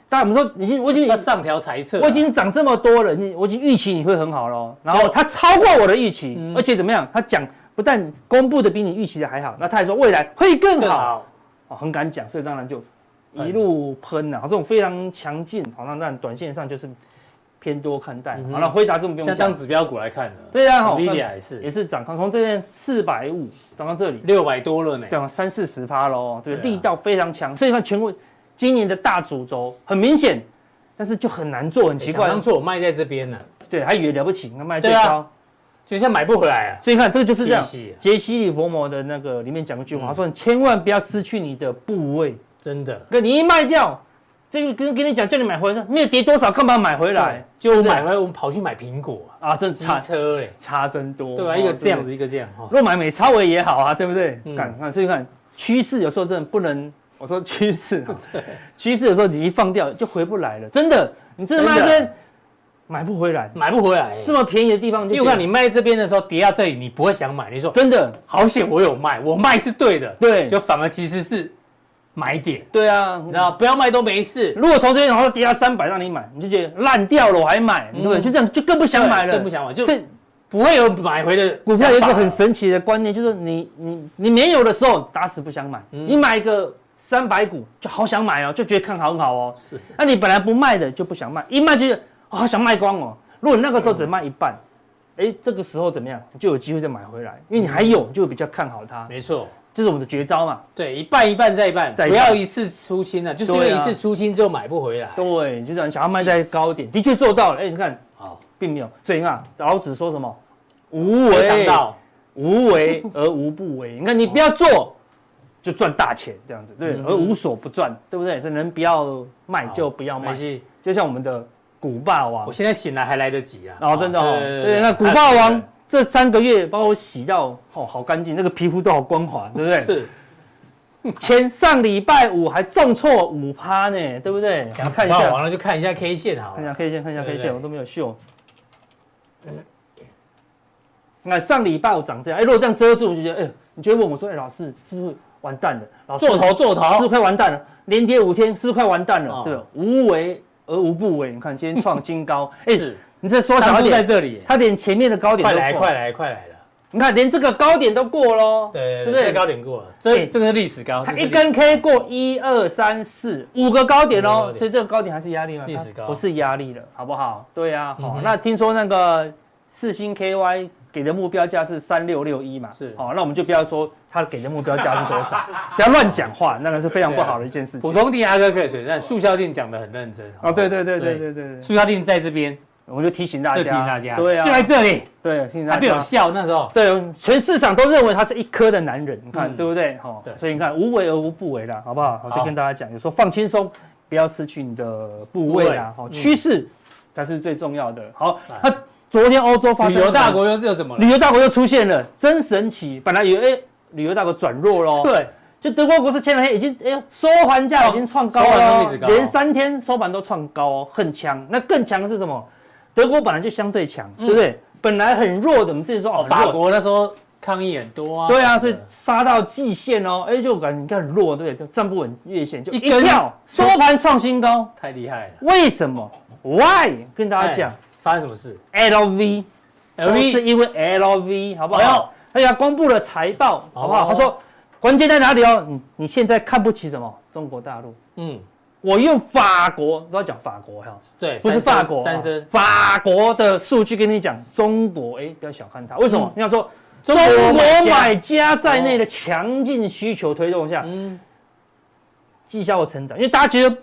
Speaker 3: 大家我们说已经我已经
Speaker 2: 他上调猜测啊，
Speaker 3: 我已经涨这么多了，你我已经预期你会很好喽，然后它超过我的预
Speaker 2: 啊
Speaker 3: 期，
Speaker 2: 嗯
Speaker 3: 而且怎么样？它讲不但公布的比你预期的还好，那他还说未来会更
Speaker 2: 更
Speaker 3: 好。
Speaker 2: 好。
Speaker 3: 哦，很敢讲，所以当然就
Speaker 2: 哎
Speaker 3: 一路喷了、啊。这种非常强劲，好，那那短线上就是偏多看待。
Speaker 2: 嗯哼
Speaker 3: 好了，辉达更不用
Speaker 2: 像当
Speaker 3: 讲，
Speaker 2: 指标股来看呢，
Speaker 3: 对啊，好，
Speaker 2: ，Nvidia
Speaker 3: 那
Speaker 2: 也是
Speaker 3: 也是涨，从这边四百五涨到这里，
Speaker 2: 六百多了呢，
Speaker 3: 涨了三四十趴喽，对不
Speaker 2: 对
Speaker 3: 对，
Speaker 2: 啊
Speaker 3: 力道非常强。所以看全国今年的大主轴很明显，但是就很难做，很奇
Speaker 2: 想
Speaker 3: 怪
Speaker 2: 当。初我卖在这边呢，
Speaker 3: 对，还以为了不起，那卖最
Speaker 2: 对啊
Speaker 3: 高。
Speaker 2: 就像买不回来啊，
Speaker 3: 所以看这个就是这样
Speaker 2: 低吸，
Speaker 3: 杰西·里佛摩的那个里面讲一句话，
Speaker 2: 嗯
Speaker 3: 他说你千万不要失去你的部位。
Speaker 2: 真的。
Speaker 3: 哥，你一卖掉，这个跟跟你讲，叫你买回来，没有跌多少，干嘛买回来
Speaker 2: 对，就我
Speaker 3: 对
Speaker 2: 买回来，我们跑去买苹果啊，
Speaker 3: 啊？真
Speaker 2: 机
Speaker 3: 差
Speaker 2: 车嘞，
Speaker 3: 差哦真多，
Speaker 2: 对啊吧？一个这样
Speaker 3: 子，
Speaker 2: 子，一个这样哦哈。
Speaker 3: 若买美超伟也好啊，对不对
Speaker 2: 嗯？
Speaker 3: 敢看，所以看趋势有时候真的不能，我说趋势 啊，趋势有时候你一放掉就回不来了，真的，你真的卖
Speaker 2: 真
Speaker 3: 这
Speaker 2: 的
Speaker 3: 边买不回来，
Speaker 2: 买不回来欸，
Speaker 3: 这么便宜的地方就
Speaker 2: 因为我看你卖这边的时候跌到这里，你不会想买，你说
Speaker 3: 真的
Speaker 2: 好险我有卖，我卖是对的，
Speaker 3: 对
Speaker 2: 就反而其实是买点，
Speaker 3: 对啊，
Speaker 2: 你知道不要卖都没事，
Speaker 3: 如果从这边然后跌到三百让你买，你就觉得烂掉了我还买，对不对？
Speaker 2: 嗯
Speaker 3: 就这样就更不想买了，
Speaker 2: 更不想买，就
Speaker 3: 这
Speaker 2: 不会有买回的
Speaker 3: 股票有一个很
Speaker 2: 深，
Speaker 3: 神奇的观念，就是你你你没有的时候打死不想买，
Speaker 2: 嗯
Speaker 3: 你买一个三百股就好想买哦，就觉得看好很好哦。
Speaker 2: 是
Speaker 3: 那你本来不卖的就不想卖，一卖就觉得哦好想卖光哦。如果你那个时候只卖一半，哎、
Speaker 2: 嗯
Speaker 3: 这个时候怎么样，你就有机会再买回来，因为你还有，你就比较看好它，
Speaker 2: 没错，
Speaker 3: 这是我们的绝招嘛。
Speaker 2: 对，一半一半再一半，
Speaker 3: 再一
Speaker 2: 不
Speaker 3: 半
Speaker 2: 要一次出清了，就是因为
Speaker 3: 对
Speaker 2: 一
Speaker 3: 啊
Speaker 2: 次出清之后买不回来，
Speaker 3: 对，就这样，想要卖在高点，的确做到了。哎、你看
Speaker 2: 好，
Speaker 3: 并没有，所以你看老子说什么？无
Speaker 2: 没
Speaker 3: 为
Speaker 2: 想到
Speaker 3: 无为而无不为。你看，你不要做，就赚大钱，这样子，对不对，
Speaker 2: 嗯
Speaker 3: 而无所不赚，对不对？所以能不要卖就不要
Speaker 2: 没
Speaker 3: 卖
Speaker 2: 关，系，
Speaker 3: 就像我们的股霸
Speaker 2: 我
Speaker 3: 王，
Speaker 2: 现在醒来还来得及啊，
Speaker 3: 哦，真的
Speaker 2: 对
Speaker 3: 哦，
Speaker 2: 啊
Speaker 3: 对，那股霸
Speaker 2: 还有
Speaker 3: 王这三个月把我洗到哦，好干净，那个皮肤都好光滑，对不对？
Speaker 2: 是
Speaker 3: 前上礼拜五还重挫五趴呢，对不对？我们看一
Speaker 2: 股霸
Speaker 3: 下
Speaker 2: 王，了就看一下 K 线好
Speaker 3: 看一
Speaker 2: 了，
Speaker 3: 下 K 线，看一下
Speaker 2: 对
Speaker 3: K
Speaker 2: 对
Speaker 3: 线，我都没有秀。你看上礼拜我长这样，哎，如果这样遮住，我就觉得，哎，你就会问我说，哎，老师是不是完蛋了？老师
Speaker 2: 做头做
Speaker 3: 是不是
Speaker 2: 头，
Speaker 3: 快完蛋了？连跌五天，是不是快完蛋
Speaker 2: 哦
Speaker 3: 了？对吧，无为而无不为。你看今天创新 高，哎，
Speaker 2: 是，
Speaker 3: 你再缩小
Speaker 2: 当
Speaker 3: 一
Speaker 2: 初在
Speaker 3: 点，
Speaker 2: 这里，
Speaker 3: 它连前面的高点
Speaker 2: 快
Speaker 3: 都
Speaker 2: 来
Speaker 3: 过
Speaker 2: 快来快来了。
Speaker 3: 你看连这个高点都过喽，
Speaker 2: 对对
Speaker 3: 对不
Speaker 2: 对，最
Speaker 3: 对？
Speaker 2: 高点过了，这
Speaker 3: 哎
Speaker 2: 这个是历史高，
Speaker 3: 它
Speaker 2: 这是
Speaker 3: 一
Speaker 2: 历史
Speaker 3: 根 K 过一二三四五个高点
Speaker 2: 五个高
Speaker 3: 哦，
Speaker 2: 点
Speaker 3: 所以这个高点还是压力吗？
Speaker 2: 历史高
Speaker 3: 它不是压力了，好不好？对啊，
Speaker 2: 嗯
Speaker 3: 好，
Speaker 2: 哼
Speaker 3: 那听说那个四星 KY 给的目标价是三六六一嘛，
Speaker 2: 是
Speaker 3: 好、那我们就不要说他给的目标价是多少， 不要乱讲话，那个是非常不好的一件事
Speaker 2: 普
Speaker 3: 情。
Speaker 2: 通店阿哥可以随便，但速效店讲的很认真。
Speaker 3: 哦，对对对
Speaker 2: 对
Speaker 3: 对对对对，
Speaker 2: 速效店在这边，
Speaker 3: 我就提醒大
Speaker 2: 就
Speaker 3: 家，
Speaker 2: 提醒大家，
Speaker 3: 对
Speaker 2: 就在
Speaker 3: 啊，
Speaker 2: 这里，
Speaker 3: 对，提醒
Speaker 2: 还
Speaker 3: 大
Speaker 2: 被我
Speaker 3: 家。
Speaker 2: 笑那时候，
Speaker 3: 对，全市场都认为他是一颗的男人，你看、
Speaker 2: 嗯
Speaker 3: 对不对？哈、
Speaker 2: 对
Speaker 3: 所以你看无为而无不为啦，好不好？我
Speaker 2: 好
Speaker 3: 就跟大家讲，有时候放轻松，不要失去你的部位啦，
Speaker 2: 部
Speaker 3: 哈、
Speaker 2: 位嗯
Speaker 3: 趋势才是最重要的。好
Speaker 2: 来，
Speaker 3: 那、昨天欧洲发
Speaker 2: 旅
Speaker 3: 生
Speaker 2: 游大
Speaker 3: 了
Speaker 2: 国又又怎么了？
Speaker 3: 旅游大国又出现了，真神奇！本来以为哎、旅游大国转弱喽，
Speaker 2: 对，
Speaker 3: 就德国股市前两天已经哎、呦收盘价已经创高
Speaker 2: 收盘都
Speaker 3: 了
Speaker 2: 一直
Speaker 3: 哦
Speaker 2: 高，
Speaker 3: 连三天收盘都创高哦，很强。那更强的是什么？德国本来就相对强，对不对？本来很弱的，我们之前说
Speaker 2: 嗯哦
Speaker 3: 哦，很
Speaker 2: 法
Speaker 3: 弱，
Speaker 2: 国那时候抗议很多啊。
Speaker 3: 对啊，所
Speaker 2: 什
Speaker 3: 以
Speaker 2: 么的
Speaker 3: 杀到季线哦，哎、就感觉你看很弱，对不对？就站不稳月线，就
Speaker 2: 一
Speaker 3: 一
Speaker 2: 根
Speaker 3: 跳收盘创新高，
Speaker 2: 太厉害了。
Speaker 3: 为什么？Why？跟大家讲
Speaker 2: 哎发生什么事
Speaker 3: LV。都是
Speaker 2: LV
Speaker 3: 因为 LV 好不
Speaker 2: 哎呦
Speaker 3: 好？哎呀，公布了财报好不
Speaker 2: 哦
Speaker 3: 好？他说关键在哪里哦？你你现在看不起什么中国大陆？
Speaker 2: 嗯，
Speaker 3: 我用法国都要讲法国哈，
Speaker 2: 对，
Speaker 3: 不是
Speaker 2: 三
Speaker 3: 法
Speaker 2: 生
Speaker 3: 国啊，
Speaker 2: 三生，
Speaker 3: 法国的数据跟你讲，中国哎，不要小看它，为什么
Speaker 2: 嗯？
Speaker 3: 你要说
Speaker 2: 中
Speaker 3: 中
Speaker 2: 国
Speaker 3: 国
Speaker 2: 买家
Speaker 3: 买家在内的强劲需求推动下，
Speaker 2: 嗯，
Speaker 3: 绩效的成长，因为大家觉得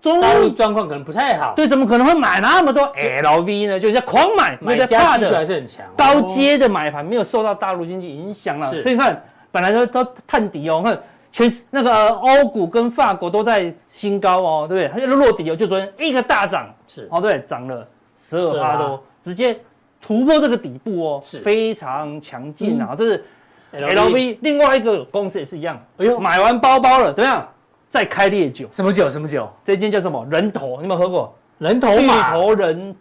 Speaker 3: 中
Speaker 2: 大陆
Speaker 3: 中
Speaker 2: 状况可能不太好，
Speaker 3: 对怎么可能会买那么多 LV 呢？就是在狂买，没
Speaker 2: 买
Speaker 3: 在
Speaker 2: 家
Speaker 3: 怕
Speaker 2: 需求
Speaker 3: 的
Speaker 2: 还。是很强。啊
Speaker 3: 高阶的买盘没有受到大陆经济影响了，
Speaker 2: 是
Speaker 3: 所以你看，本来都都探底哦，看全世那个呃欧股跟法国都在新高哦，对不对？它就落底哦，就昨天一个大涨，
Speaker 2: 是
Speaker 3: 哦，对，涨了十二
Speaker 2: 12%
Speaker 3: 趴多，直接突破这个底部哦，
Speaker 2: 是嗯
Speaker 3: 非常强劲啊！这是
Speaker 2: LV
Speaker 3: LV，另外一个公司也是一样，
Speaker 2: 哎呦
Speaker 3: 买完包包了怎么样？再开烈酒，
Speaker 2: 什么酒什么酒，
Speaker 3: 这间叫什么？人头，你有没有喝过？
Speaker 2: 人头
Speaker 3: 巨
Speaker 2: 马，
Speaker 3: 头人，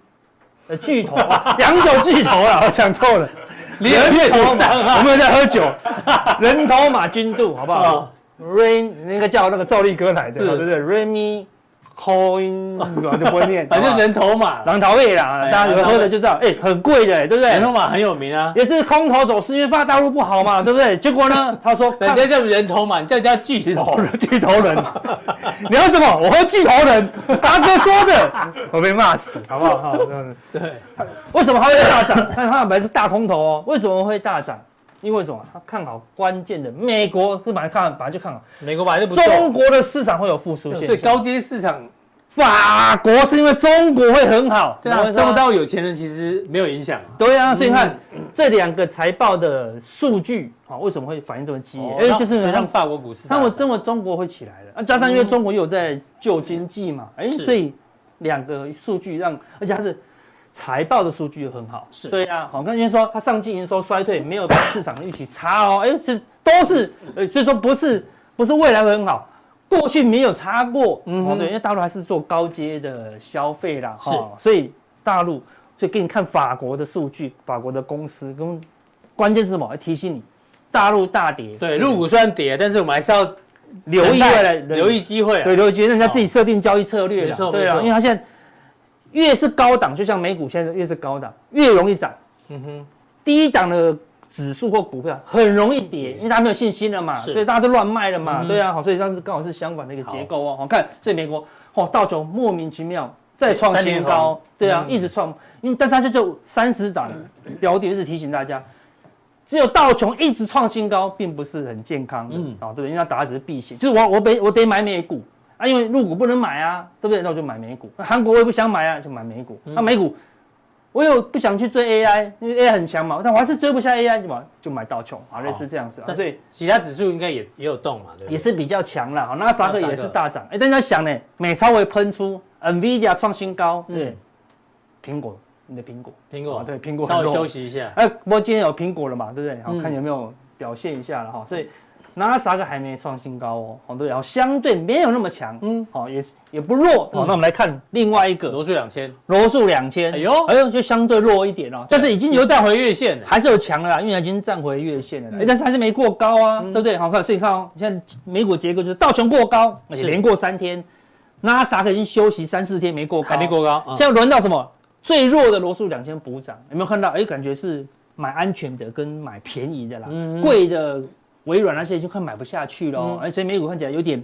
Speaker 3: 呃，巨头啊，洋酒巨头啊，我想错了。人头马，
Speaker 2: 啊
Speaker 3: 我们有在 喝酒，人头马君度，好不好
Speaker 2: 哦
Speaker 3: ？Rain 那个叫那个赵立哥来的，
Speaker 2: 是哦
Speaker 3: 对不对？Remy Coin 我就不会念，
Speaker 2: 反正
Speaker 3: 好不好
Speaker 2: 人头马，
Speaker 3: 狼桃味
Speaker 2: 哎
Speaker 3: 啦，啊大家有喝的就知道，哎，很贵的，对不
Speaker 2: 人
Speaker 3: 对
Speaker 2: 头？马很有名啊，
Speaker 3: 也是空头走势，因为发大陆不好嘛，对不对？结果呢，他说
Speaker 2: 人家叫人头马，你叫人家巨
Speaker 3: 巨
Speaker 2: 头
Speaker 3: 头，人，巨头人，你要什么？我喝巨头人，达哥说的，我被骂死，好不好？ 好，这样子
Speaker 2: 对，
Speaker 3: 为什么它会大涨？看它本来是大空头哦，为什么会大涨？因为什么？它看好关键的美国，是本来看本来就看好
Speaker 2: 美国本来就不
Speaker 3: 中
Speaker 2: 错，
Speaker 3: 国的市场会有复苏现
Speaker 2: 呃所以
Speaker 3: 象。
Speaker 2: 高阶市场，
Speaker 3: 法国是因为中国会很好，
Speaker 2: 对啊，
Speaker 3: 然后
Speaker 2: 中国大陆有钱人其实没有影响啊，
Speaker 3: 对啊，所以你看、
Speaker 2: 嗯
Speaker 3: 这两个财报的数据，好、为什么会反应这么激烈？
Speaker 2: 哦
Speaker 3: 哎、就是
Speaker 2: 所以让
Speaker 3: 让
Speaker 2: 法国股市大
Speaker 3: 那
Speaker 2: 涨，
Speaker 3: 我这么中国会起来了，啊，加上因为中国又有在救经济嘛，哎、
Speaker 2: 嗯是
Speaker 3: 所以两个数据让，而且它是财报的数据又很好，
Speaker 2: 是
Speaker 3: 对呀、好，刚先说它上季营收衰退没有比市场的预期差哦，哎、是都是，呃，所以说不是不是未来会很好。过去没有差过，
Speaker 2: 嗯
Speaker 3: 嗯、
Speaker 2: 哼
Speaker 3: 对，因为大陆还是做高阶的消费啦，
Speaker 2: 是
Speaker 3: 哈，所以大陆，所以给你看法国的数据，法国的公司跟关键是什么？要提醒你，大陆大跌，
Speaker 2: 对，入股虽然跌，但是我们还是要
Speaker 3: 留意
Speaker 2: 等
Speaker 3: 未
Speaker 2: 待
Speaker 3: 来，
Speaker 2: 留意机会啊，
Speaker 3: 对，刘觉得人家自己设定交易策略
Speaker 2: 没
Speaker 3: 了
Speaker 2: 错，
Speaker 3: 对
Speaker 2: 没
Speaker 3: 啊，
Speaker 2: 错
Speaker 3: 因为它现在越是高档，就像美股现在越是高档，越容易涨。
Speaker 2: 嗯哼，
Speaker 3: 低档的指数或股票很容易跌，因为大家没有信心了嘛，
Speaker 2: 是
Speaker 3: 所以大家都乱卖了嘛，
Speaker 2: 嗯
Speaker 3: 对啊，好，所以当时刚好是相反的一个结构哦。好看，所以美国哦道琼莫名其妙再创
Speaker 2: 三连
Speaker 3: 新
Speaker 2: 红
Speaker 3: 高，对啊，
Speaker 2: 嗯
Speaker 3: 一直创，因为但是它就就三十档标的，一直提醒大家。只有道琼一直创新高，并不是很健康的，
Speaker 2: 嗯
Speaker 3: 啊，对不对？因为它打的只是避险，就是我我得我得买美股啊，因为入股不能买啊，对不对？那我就买美股。那韩国我也不想买啊，就买美股。
Speaker 2: 嗯
Speaker 3: 那、美股我有不想去追 AI，因为 AI 很强嘛，但我还是追不下 AI，就买就买道琼，好类似这样子啊，
Speaker 2: 但
Speaker 3: 所以
Speaker 2: 其他指数应该也也有动嘛，啊对不对，
Speaker 3: 也是比较强啦。哦好，纳斯达克
Speaker 2: 纳斯达克
Speaker 3: 也是大涨，哎，但是要想呢，美超微喷出，NVIDIA 创新高，对
Speaker 2: 嗯，
Speaker 3: 苹果，你的苹果，
Speaker 2: 苹果
Speaker 3: 啊对苹果
Speaker 2: 稍微
Speaker 3: 很弱
Speaker 2: 休息一下，
Speaker 3: 哎，不过今天有苹果了嘛，对不对？好
Speaker 2: 嗯
Speaker 3: 看有没有表现一下了哈，所
Speaker 2: 对
Speaker 3: 以。纳斯达克还没创新高哦，好对，然后相对没有那么强，
Speaker 2: 嗯
Speaker 3: 嗯，好也也不弱，好，
Speaker 2: 嗯
Speaker 3: 那我们来看另外一个
Speaker 2: 罗素两千，
Speaker 3: 罗素两千，
Speaker 2: 哎呦
Speaker 3: 哎呦就相对弱一点哦，但是已经有
Speaker 2: 站回月线了，
Speaker 3: 还是有强的啦，因为它已经站回月线
Speaker 2: 嗯
Speaker 3: 了啦，哎诶但是还是没过高啊，对不对？好看，所以你看哦，现在美股结构就是道琼过高，而
Speaker 2: 是
Speaker 3: 且连过三天，纳斯达克已经休息三四天没过高，
Speaker 2: 还没过高，嗯
Speaker 3: 现在轮到什么？最弱的罗素两千补涨，有没有看到？哎，感觉是买安全的跟买便宜的啦，
Speaker 2: 嗯
Speaker 3: 贵的微软那些已经快买不下去了
Speaker 2: 嗯
Speaker 3: 哦，哎，所以美股看起来有点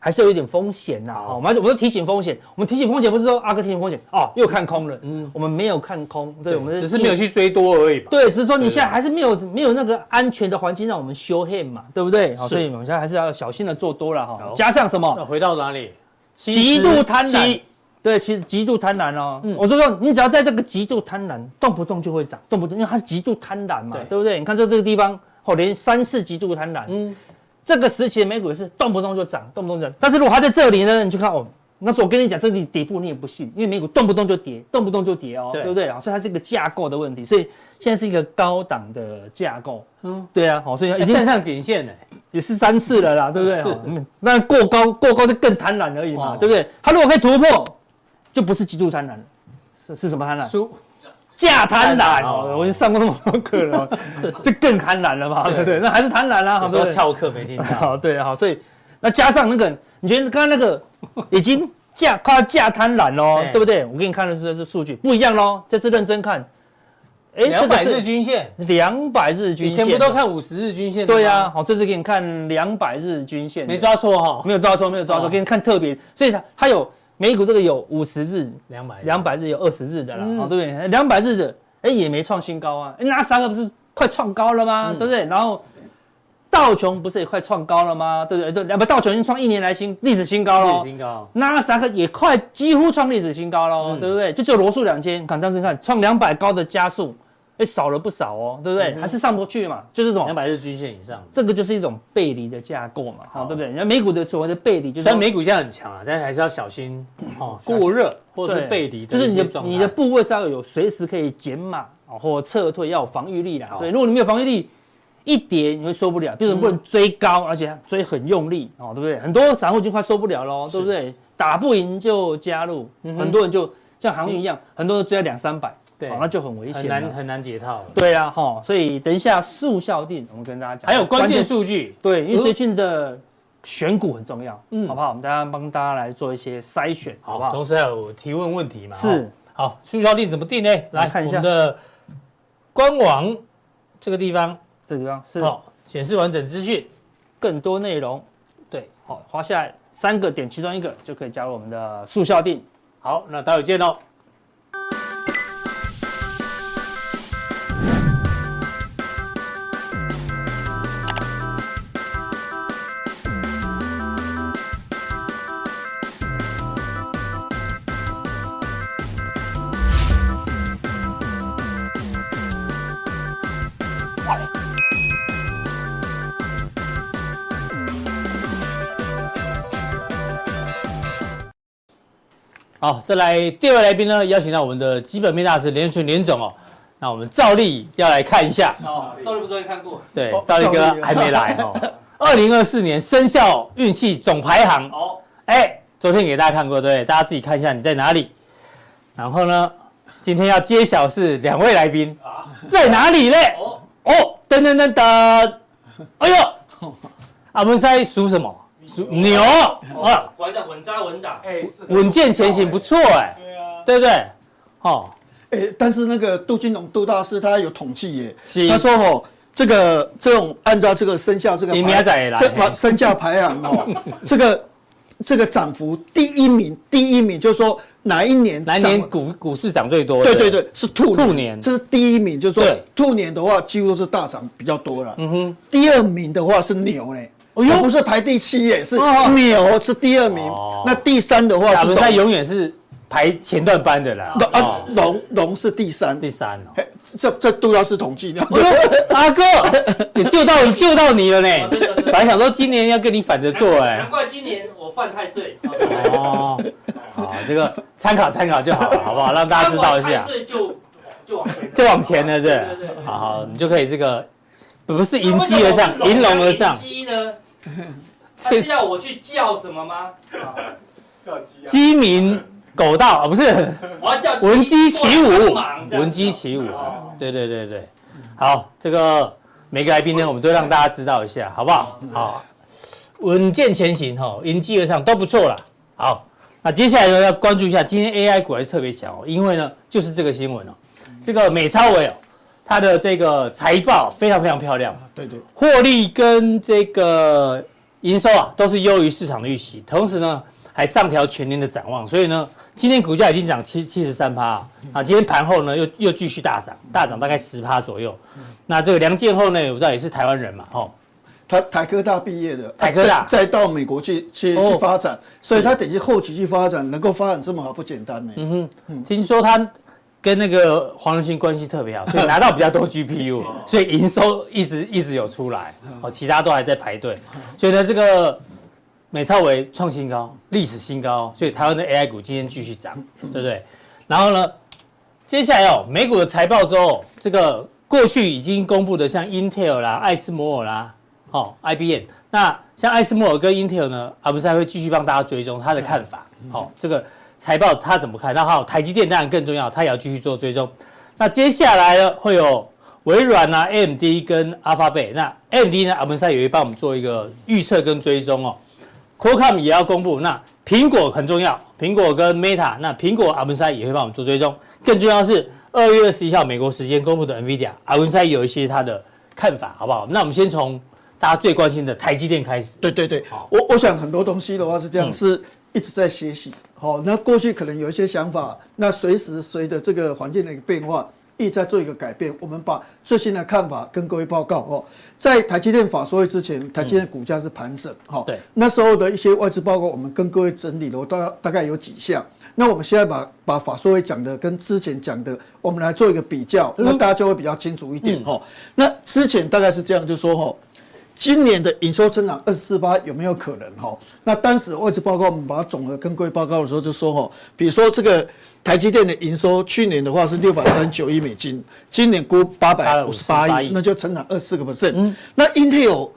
Speaker 3: 还是有一点风险呐、好，我们还是我们都提醒风险，我们提醒风险不是说啊哥提醒风险哦，又看空了，嗯，我们没有看空，对，我们
Speaker 2: 只是没有去追多而已吧。
Speaker 3: 对，只是说你
Speaker 2: 对
Speaker 3: 现在还是没有没有那个安全的环境让我们修 h 嘛，对不对？好，
Speaker 2: 是
Speaker 3: 所以我们现在还是要小心的做多了哈
Speaker 2: 好。
Speaker 3: 加上
Speaker 2: 那
Speaker 3: 什么？
Speaker 2: 回到哪里？
Speaker 3: 哦极度贪婪
Speaker 2: 77，
Speaker 3: 对，其实极度贪婪哦。
Speaker 2: 嗯
Speaker 3: 我说说，你只要在这个极度贪婪，动不动就会涨，动不动，因为它是极度贪婪嘛
Speaker 2: 对，
Speaker 3: 对不对？你看这这个地方，哦，连三次极度贪婪，
Speaker 2: 嗯，
Speaker 3: 这个时期的美股也是动不动就涨，动不动就涨。但是如果它在这里呢，你就看哦，那时候我跟你讲这里底部你也不信，因为美股动不动就跌，动不动就跌哦，
Speaker 2: 对
Speaker 3: 对不对啊？所以它是一个架构的问题，所以现在是一个高档的架构。
Speaker 2: 嗯
Speaker 3: 嗯，对啊，好、所以它
Speaker 2: 哎
Speaker 3: 已经
Speaker 2: 站上颈线呢。
Speaker 3: 也是三次了啦，对不对？
Speaker 2: 是
Speaker 3: 哦嗯那过高过高就更贪婪而已嘛，
Speaker 2: 哦
Speaker 3: 对不对？它如果可以突破，就不是极度贪婪了，是是什么贪婪？
Speaker 2: 输
Speaker 3: 假贪
Speaker 2: 贪
Speaker 3: 婪
Speaker 2: 婪
Speaker 3: 哦
Speaker 2: 哦，
Speaker 3: 我已经上过那么多课 了，哦就更贪婪了嘛，对不对？那还是贪婪啦，好
Speaker 2: 有时
Speaker 3: 对
Speaker 2: 候
Speaker 3: 不哎对
Speaker 2: 翘课没听到。
Speaker 3: 好，对，哦好，所以那加上那个，你觉得刚刚 那个已经价快要价贪婪喽
Speaker 2: 对，
Speaker 3: 对不对？我给你看的是这数据不一样喽，这次认真看，哎
Speaker 2: 两百日均线，
Speaker 3: 两百日均
Speaker 2: 以
Speaker 3: 线，
Speaker 2: 前不都看五十日均线的吗？
Speaker 3: 对啊呀、好，这次给你看两百日均线的，
Speaker 2: 没抓错哈，
Speaker 3: 没有抓错，没有抓错，
Speaker 2: 哦
Speaker 3: 给你看特别，所以它它有美股这个有五十日、
Speaker 2: 两百
Speaker 3: 两百日有二十日的啦，
Speaker 2: 嗯
Speaker 3: 哦，对不对？两百日的，哎，也没创新高啊，哎，那三个不是快创高了吗？
Speaker 2: 嗯
Speaker 3: 对不对？然后道琼不是也快创高了吗？对不对？对，两百道琼已经创一年来新历史新高
Speaker 2: 日
Speaker 3: 了。哦
Speaker 2: 新高，
Speaker 3: 纳斯达克也快几乎创历史新高喽，
Speaker 2: 嗯
Speaker 3: 对不对？就只有罗素两千，看当时你看创两百高的加速，哎，少了不少哦，对不对？
Speaker 2: 嗯哼
Speaker 3: 还是上不去嘛，就是什
Speaker 2: 两
Speaker 3: 么，
Speaker 2: 百日均线以上。
Speaker 3: 这个就是一种背离的架构嘛，好，
Speaker 2: 好
Speaker 3: 对不对？人家美股的所谓的背离，就是
Speaker 2: 虽
Speaker 3: 说
Speaker 2: 然美股现在很强啊，但是还是要小心哦，过热或者
Speaker 3: 嗯对，
Speaker 2: 是背离的
Speaker 3: 就是
Speaker 2: 一
Speaker 3: 你
Speaker 2: 些
Speaker 3: 的
Speaker 2: 状态。
Speaker 3: 你的部位是要有随时可以减码哦或撤退，要有防御力啦。
Speaker 2: 好嗯
Speaker 3: 对，如果你没有防御力，一跌你会受不了，比如说你不能追高，而且追很用力哦，对不对？很多散户已经快受不了喽，对不对？打不赢就加入，
Speaker 2: 嗯哼嗯
Speaker 3: 很多人就像航运一样，很多人追到两三百，
Speaker 2: 对
Speaker 3: 哦那就很危
Speaker 2: 很
Speaker 3: 险
Speaker 2: 难
Speaker 3: 了。
Speaker 2: 很难解套了。
Speaker 3: 对啊，哈，所以等一下速效定，我们跟大家讲，
Speaker 2: 还有关键数据，
Speaker 3: 对，因为
Speaker 2: 嗯
Speaker 3: 最近的选股很重要，
Speaker 2: 嗯
Speaker 3: 嗯，好不好？我们大家帮大家来做一些筛选，好不好？
Speaker 2: 同时还有提问问题嘛？
Speaker 3: 是。
Speaker 2: 好，促销定怎么定呢？来
Speaker 3: 看一下
Speaker 2: 我们的官网这个地方，
Speaker 3: 这个地方是
Speaker 2: 好，显示完整资讯。
Speaker 3: 更多内容。
Speaker 2: 对，
Speaker 3: 好，滑下来三个点，其中一个就可以加入我们的速效定。
Speaker 2: 好，那待会见喽。好，再来第二位来宾呢，邀请到我们的基本面大师连群连总哦。那我们照例要来看一下，
Speaker 3: 哦，赵立不昨天看过。
Speaker 2: 对
Speaker 4: 哦，
Speaker 2: 赵立
Speaker 4: 赵
Speaker 2: 哥
Speaker 4: 立
Speaker 2: 还没来哦。 二零二四年生肖运气总排行，
Speaker 3: 好，
Speaker 2: 哎，昨天给大家看过，对不对，大家自己看一下你在哪里。然后呢，今天要揭晓是两位来宾
Speaker 4: 啊
Speaker 2: 在哪里嘞？
Speaker 3: 哦，
Speaker 2: 哦，噔噔噔噔，哎呦，阿文塞属什么？属牛啊，
Speaker 3: 馆长稳扎稳打。
Speaker 4: 哦哎，是
Speaker 2: 稳健前行不错哎，
Speaker 4: 对啊，
Speaker 2: 对不对？哦，
Speaker 4: 哎，但是那个杜金龙杜大师他有统计耶
Speaker 2: 是，
Speaker 4: 他说哦，这个这种按照这个生肖这个排，
Speaker 2: 你明仔也来
Speaker 4: 这
Speaker 2: 嘿
Speaker 4: 把生肖排行 哦，这个这个涨幅第一名，第一名就是说哪一年
Speaker 2: 来
Speaker 4: 涨
Speaker 2: 年股股市涨最多，
Speaker 4: 对对，对，是兔
Speaker 2: 兔年
Speaker 4: 这是第一名，就是说
Speaker 2: 对
Speaker 4: 兔年的话几乎都是大涨比较多了。
Speaker 2: 嗯哼，
Speaker 4: 第二名的话是牛嘞，
Speaker 2: 哎呦
Speaker 4: 它不是排第七耶，是
Speaker 2: 哦
Speaker 4: 牛是第二名
Speaker 2: 哦。
Speaker 4: 那第三的话
Speaker 2: 阿
Speaker 4: 是
Speaker 2: 文
Speaker 4: 龙
Speaker 2: 塞永远是排前段班的啦，
Speaker 4: 龙啊
Speaker 2: 哦，
Speaker 4: 龙龙是第三。
Speaker 2: 第三哦。
Speaker 4: 嘿这这杜老师统计的，
Speaker 2: 阿哥，也救到你救到你了呢
Speaker 3: 哦真的真！的
Speaker 2: 本来想说今年要跟你反着做哎。
Speaker 3: 怪今年我犯太 岁。
Speaker 2: 哦，好，这个参考参考就好 了，好不好？让大家知道一下，
Speaker 3: 岁就就往前
Speaker 2: 就往前了，是不是？好好，你就可以这个不不是迎击而上，迎啊龙而上。
Speaker 3: 鸡 呢？
Speaker 2: 他是
Speaker 3: 要我去叫什么吗？
Speaker 2: 鸡鸣狗盗啊，不是
Speaker 3: 我要叫
Speaker 2: 闻鸡起舞，闻鸡起舞。对对对对，好，这个每个来宾呢，我们都让大家知道一下，好不好？好，稳健前行哈，迎击而上都不错啦。好，那接下来呢要关注一下，今天 AI 股还是特别强哦，因为呢就是这个新闻哦，这个美超伟哦，它的这个财报非常非常漂亮，
Speaker 4: 对对，
Speaker 2: 获利跟这个营收啊都是优于市场的预期，同时呢还上调全年的展望，所以呢今天股价已经涨七七十三趴啊，啊今天盘后呢又又继续大涨，大涨大概十趴左右。那这个梁建厚呢，我知道也是台湾人嘛，哦，
Speaker 4: 他台科大毕业的，
Speaker 2: 台科大
Speaker 4: 啊再再到美国去去
Speaker 2: 哦
Speaker 4: 去发展，所以他等于后期去发展，能够发展这么好不简单呢。
Speaker 2: 嗯哼，听说他跟那个黄仁勋关系特别好，所以拿到比较多 GPU，所以营收一直一直有出来，哦，其他都还在排队，所以呢这个。美超为创新高，历史新高，所以台湾的 AI 股今天继续涨，对不对？然后呢，接下来哦，美股的财报之后，这个过去已经公布的像 Intel 啦、艾斯摩尔啦、哦 IBM，那像艾斯摩尔跟 Intel 呢，阿布赛会继续帮大家追踪他的看法，好、这个财报他怎么看？那还有台积电当然更重要，他也要继续做追踪。那接下来呢，会有微软啊、AMD 跟 Alphabet，那 AMD 呢，阿文赛也会帮我们做一个预测跟追踪哦。Qualcomm 也要公布，那苹果很重要，苹果跟 Meta，那苹果阿文塞也会帮我们做追踪。更重要的是，二月二十一号美国时间公布的 NVIDIA，阿文塞有一些他的看法，好不好？那我们先从大家最关心的台积电开始。嗯
Speaker 4: 对对对，我我想很多东西的话是这样，是一直在学习。好，那过去可能有一些想法，那随时随着这个环境的一个变化，一直在做一个改变。我们把最新的看法跟各位报告哦。在台积电法说会之前，台积电股价是盘整，哈、
Speaker 2: 嗯对
Speaker 4: 那时候的一些外资报告，我们跟各位整理了，我大大概有几项。那我们现在把把法说会讲的跟之前讲的，我们来做一个比较，
Speaker 2: 嗯
Speaker 4: 那大家就会比较清楚一点哈、哦。那之前大概是这样，就说哈、哦，今年的营收增长二四八有没有可能哈？那当时外资报告我们把它总和跟各位报告的时候就说哈，比如说这个台积电的营收去年的话是六百三十九亿美金，今年估八百五十八
Speaker 2: 858亿嗯
Speaker 4: 亿，那就成长二四个 percent。那 Intel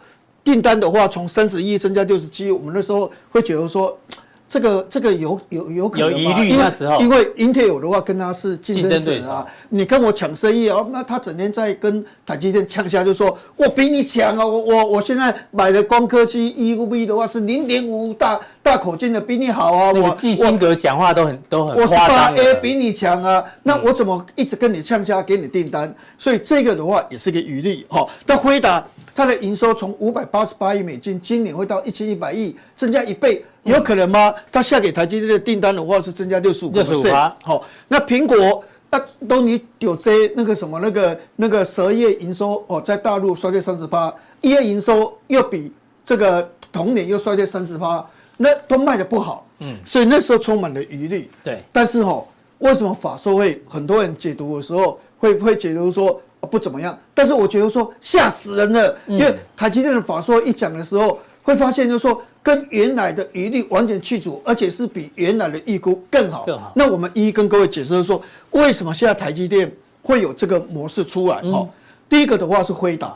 Speaker 4: 订单的话从三十亿增加六十七，我们那时候会觉得说。这个这个有有有可能吧
Speaker 2: 有疑虑
Speaker 4: 因为
Speaker 2: 那时候
Speaker 4: 因为 Intel 的话跟它是竞
Speaker 2: 竞
Speaker 4: 争
Speaker 2: 争对
Speaker 4: 者
Speaker 2: 手
Speaker 4: 啊，你跟我抢生意哦，那他整天在跟台积电呛下，就说我比你强啊，我我我现在买的光刻机 EUV 的话是零点五大大口径的，比你好啊，
Speaker 2: 那
Speaker 4: 我
Speaker 2: 个基辛格讲话都很都
Speaker 4: 我
Speaker 2: 很
Speaker 4: 十
Speaker 2: 夸
Speaker 4: 八
Speaker 2: 张
Speaker 4: A
Speaker 2: 的，
Speaker 4: 比你强啊，那我怎么一直跟你呛下给你订单？所以这个的话也是个余力哈。那辉达它的营收从五百八十八亿美金，今年会到一千一百亿，增加一倍，有可能吗？它下给台积电的订单的话是增加六十五
Speaker 2: 65%
Speaker 4: 好，那苹果。那都你有这那个什么那个那个蛇业营收哦，在大陆衰退三十八，一月营收又比这个同年又衰退三十八，那都卖的不好，嗯，所以那时候充满了疑虑，
Speaker 2: 对
Speaker 4: 但是哈、为什么法说会很多人解读的时候会会解读说、啊不怎么样？但是我觉得说吓死人了，因为台积电的法说一讲的时候，会发现就是说跟原来的疑虑完全去除，而且是比原来的预估更好。
Speaker 2: 更好
Speaker 4: 那我们一一跟各位解释说，为什么现在台积电会有这个模式出来？哈、第一个的话是辉达。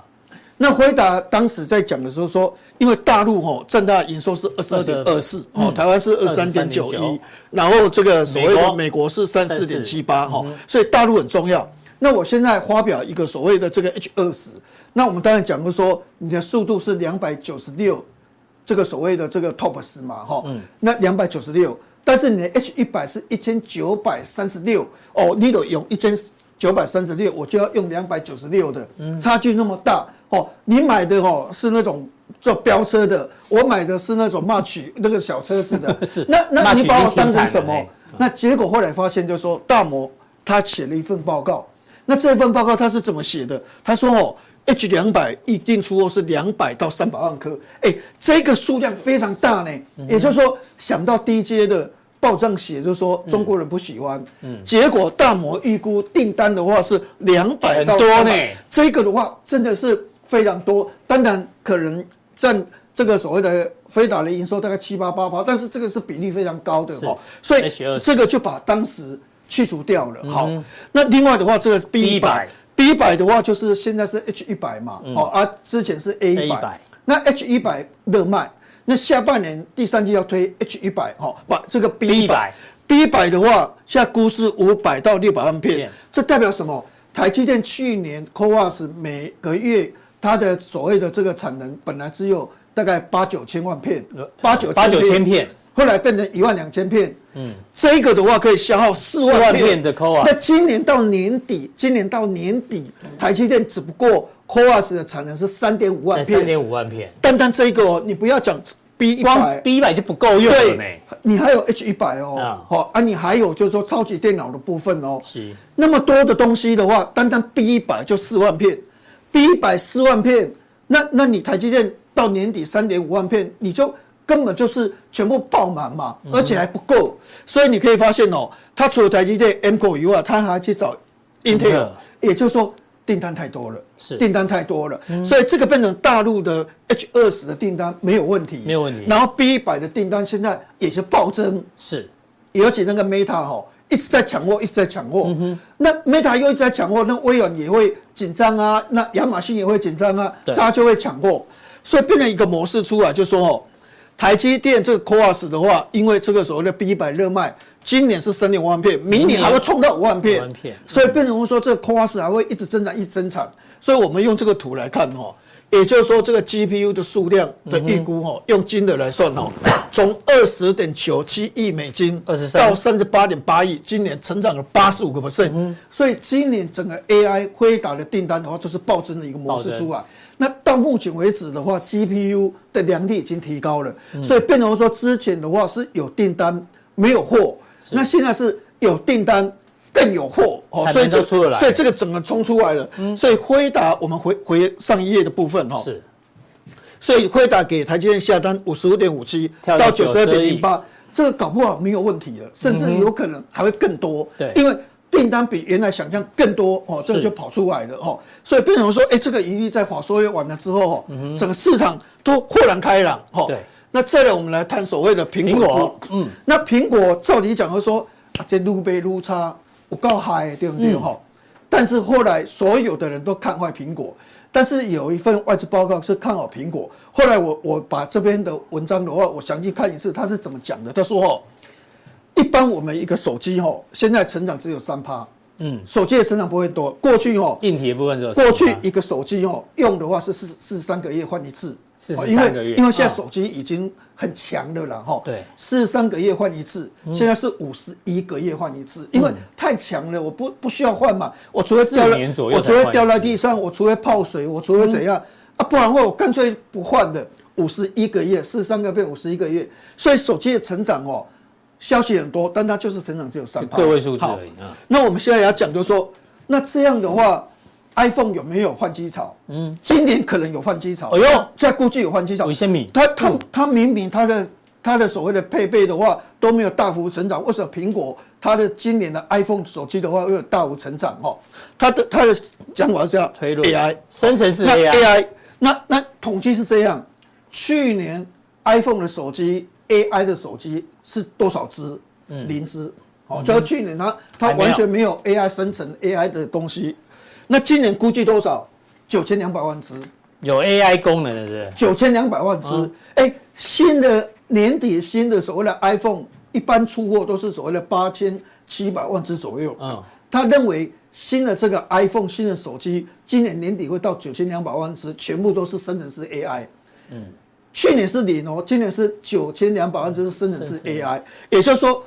Speaker 4: 那辉达当时在讲的时候说，因为大陆吼占它的营收是二十二点二四，哦，台湾是二三点九
Speaker 2: 23.91
Speaker 4: 一，然后这个所谓
Speaker 2: 美国
Speaker 4: 的美国是三四点七八哈，所以大陆很重要。那我现在发表一个所谓的这个 H 二十，那我们当然讲过说，你的速度是两百九十六，这个所谓的这个 Top 十嘛哈，
Speaker 2: 嗯
Speaker 4: 那两百九十六，但是你的 H 一百是一千九百三十六哦，你都用一千九百三十六，我就要用两百九十六的，
Speaker 2: 嗯
Speaker 4: 差距那么大哦，你买的哦是那种。做飙车的，我买的是那种 March 那个小车子的，
Speaker 2: 是
Speaker 4: 那那
Speaker 2: March
Speaker 4: 你把
Speaker 2: 已
Speaker 4: 我
Speaker 2: 经
Speaker 4: 当
Speaker 2: 停产
Speaker 4: 成
Speaker 2: 了
Speaker 4: 什么
Speaker 2: 嘿？
Speaker 4: 那结果后来发现，就是说大摩他写了一份报告，那这份报告他是怎么写的？他说哦，H 两百预定出货是两百到三百万颗，哎，这个数量非常大呢。
Speaker 2: 嗯
Speaker 4: 也就是说，想到低阶的报账写，就是说中国人不喜欢，
Speaker 2: 嗯
Speaker 4: 结果大摩预估订单的话是两百到
Speaker 2: 很多呢
Speaker 4: 300这个的话真的是非常多，当然可能占这个所谓的飞达的营收大概七八八八，但是这个是比例非常高的
Speaker 2: 是
Speaker 4: 哦，所以
Speaker 2: H20
Speaker 4: 这个就把当时去除掉了。好，那另外的话，这个嗯 B 一百 B 一百的话，就是现在是 H 一百嘛，哦啊，之前是 A 一
Speaker 2: A100
Speaker 4: 百，那 H 一百热卖，那下半年第三季要推 H 一百，哦，把这个 B 一
Speaker 2: 100
Speaker 4: 百 B 一百的话，现在估是五百到六百万
Speaker 2: 片
Speaker 4: 片，这代表什么？台积电去年 c o a s 每个月它的所谓的这个产能本来只有大概八九千万片，呃八九
Speaker 2: 八九千片，
Speaker 4: 后来变成一万两千片，嗯，这个的话可以消耗四
Speaker 2: 4
Speaker 4: 万
Speaker 2: 万片的啊 COA
Speaker 4: 那今年到年底，今年到年底，台积电只不过 CoWAS 的产能是三点五万
Speaker 2: 在三
Speaker 4: 片，
Speaker 2: 点五万片，
Speaker 4: 单单这一个哦，你不要讲 B 一
Speaker 2: 光
Speaker 4: 百，
Speaker 2: B 一百就不够用了
Speaker 4: 对
Speaker 2: 呢。，
Speaker 4: 你还有 H 一百
Speaker 2: 啊
Speaker 4: 哦，好啊，你还有就是说超级电脑的部分哦，
Speaker 2: 是，
Speaker 4: 那么多的东西的话，单单 B 一百就四万片，B 一百四万片，那那你台积电到年底三点五万片，你就根本就是全部爆满嘛，而且还不够。所以你可以发现哦，它除了台积电 M 股以外，它还去找 Intel，
Speaker 2: Intel
Speaker 4: 也就是说订单太多了，
Speaker 2: 是
Speaker 4: 订单太多了，所以这个变成大陆的 H 二十的订单没有问题，
Speaker 2: 没有问题
Speaker 4: 然后 B 一百的订单现在也是暴增。
Speaker 2: 是
Speaker 4: 尤其那个 Meta 哈、一直在抢货，一直在抢货。那 Meta 又一直在抢货，那微软也会紧张啊，那亚马逊也会紧张啊，
Speaker 2: 对
Speaker 4: 大家就会抢货，所以变成一个模式出来，就说哦，台积电这个 CoWAS 的话，因为这个所谓的 B 一百热卖，今年是三点五万片，明年还会冲到五万
Speaker 2: 5万
Speaker 4: 片
Speaker 2: 片，
Speaker 4: 所以变成说这个 CoWAS 还会一直增长，一直增长。所以我们用这个图来看哦。也就是说，这个 GPU 的数量的预估哦，用金额来算哦，从二十点九七亿美金
Speaker 2: 23
Speaker 4: 到三十八点八亿，今年成长了八十五个 percent，所以今年整个 AI 辉达的订单的话，哦就是暴增的一个模
Speaker 2: 暴
Speaker 4: 式
Speaker 2: 增
Speaker 4: 出来。那到目前为止的话，GPU 的良率已经提高了，所以变成说之前的话是有订单没有货，那现在是有订单更有货哦，
Speaker 2: 产能
Speaker 4: 所以这
Speaker 2: 都出得来嗯
Speaker 4: 所以这个整个冲出来了。所以辉达，我们回回上一页的部分哈、哦，
Speaker 2: 是，
Speaker 4: 所以辉达给台积电下单五十五点五七
Speaker 2: 跳
Speaker 4: 到
Speaker 2: 到
Speaker 4: 九十二点零
Speaker 2: 92.08
Speaker 4: 八，这个搞不好没有问题了，甚至有可能还会更多。
Speaker 2: 嗯对
Speaker 4: 因为订单比原来想象更多哦，这个
Speaker 2: 是
Speaker 4: 就跑出来了哦，所以变成说，哎，这个疑虑在华硕业完了之后哦，整个市场都豁然开朗哦。
Speaker 2: 嗯对。
Speaker 4: 那再来，我们来看所谓的苹
Speaker 2: 苹
Speaker 4: 果
Speaker 2: 果
Speaker 4: 嗯，那苹果照理讲，就说啊，这撸杯撸差，我告嗨，对不对？哈、但是后来所有的人都看坏苹果，但是有一份外资报告是看好苹果。后来我我把这边的文章的话，我详细看一次，他是怎么讲的。他说哦，一般我们一个手机哦，现在成长只有三趴，
Speaker 2: 嗯，
Speaker 4: 手机的成长不会多。过去哦，
Speaker 2: 硬体的部分就是
Speaker 4: 过去一个手机哦，用的话是四四十三个月换一次，
Speaker 2: 43
Speaker 4: 哦因
Speaker 2: 个
Speaker 4: 为
Speaker 2: 月
Speaker 4: 因为现在
Speaker 2: 嗯
Speaker 4: 手机已经很强了啦哈，
Speaker 2: 对嗯
Speaker 4: 四十三个月换一次，现在是五十一个月换一次，因为太强了，我不不需要换嘛，我除非掉
Speaker 2: 四
Speaker 4: 了
Speaker 2: 年左，右
Speaker 4: 我
Speaker 2: 才
Speaker 4: 除
Speaker 2: 换一次嗯
Speaker 4: 非掉在地上，我除非泡水，我除非怎样啊，不然的话我干脆不换的，五十一个月，四十三个月，五十一个月，所以手机的成长哦，消息很多，但它就是成长只有三趴，
Speaker 2: 个位数字
Speaker 4: 好
Speaker 2: 而已啊，
Speaker 4: 那我们现在要讲，就是说，那这样的话，iPhone 有没有换机潮？嗯，今年可能有换机潮。
Speaker 2: 哎呦
Speaker 4: 现在估计有换机潮
Speaker 2: 五。千米，
Speaker 4: 它它它明明它的它的所谓的配备的话都没有大幅成长，为什么苹果它的今年的 iPhone 手机的话会有大幅成长？哦，它的它的讲法是这样
Speaker 2: 推论
Speaker 4: ，AI
Speaker 2: 生成式
Speaker 4: 那
Speaker 2: AI，
Speaker 4: AI 那那统计是这样，去年 iPhone 的手机 AI 的手机是多少只？零只。哦，就是去年它它
Speaker 2: 嗯还没有
Speaker 4: 完全没有 AI 生成 AI 的东西。那今年估计多少？九千两百万只，
Speaker 2: 有 AI 功能的，对不对？
Speaker 4: 九千两百万只。
Speaker 2: 嗯
Speaker 4: 哎、新的年底新的所谓的 iPhone 一般出货都是所谓的八千七百万只左右。
Speaker 2: 嗯，
Speaker 4: 他认为新的这个 iPhone 新的手机，今年年底会到九千两百万只，全部都是生成式 AI。嗯，去年是零哦，今年是九千两百万只是生成式 AI，也就是说，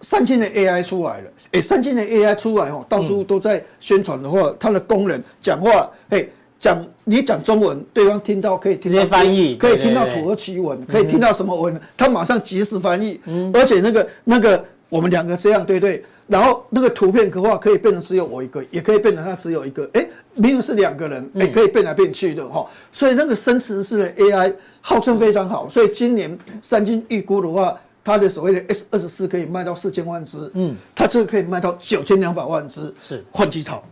Speaker 4: 三星的 AI 出来了。哎、三星的 AI 出来哦，到处都在宣传的话，
Speaker 2: 嗯
Speaker 4: 它的功能讲话，哎、讲你讲中文，对方听到可以听到
Speaker 2: 直接翻译
Speaker 4: 可以
Speaker 2: 对
Speaker 4: 听到
Speaker 2: 对对
Speaker 4: 土耳其文，可以听到什么文，他马上及时翻译，而且那个那个我们两个这样对不对，然后那个图片的话可以变成只有我一个，也可以变成他只有一个，哎，明明是两个人，哎，可以变来变去的哈，所以那个生成式的 AI 号称非常好，所以今年三星预估的话。它的所谓的 S 二十四可以卖到四千万只，嗯，它这个可以卖到九千两百万只，
Speaker 2: 是
Speaker 4: 换机潮，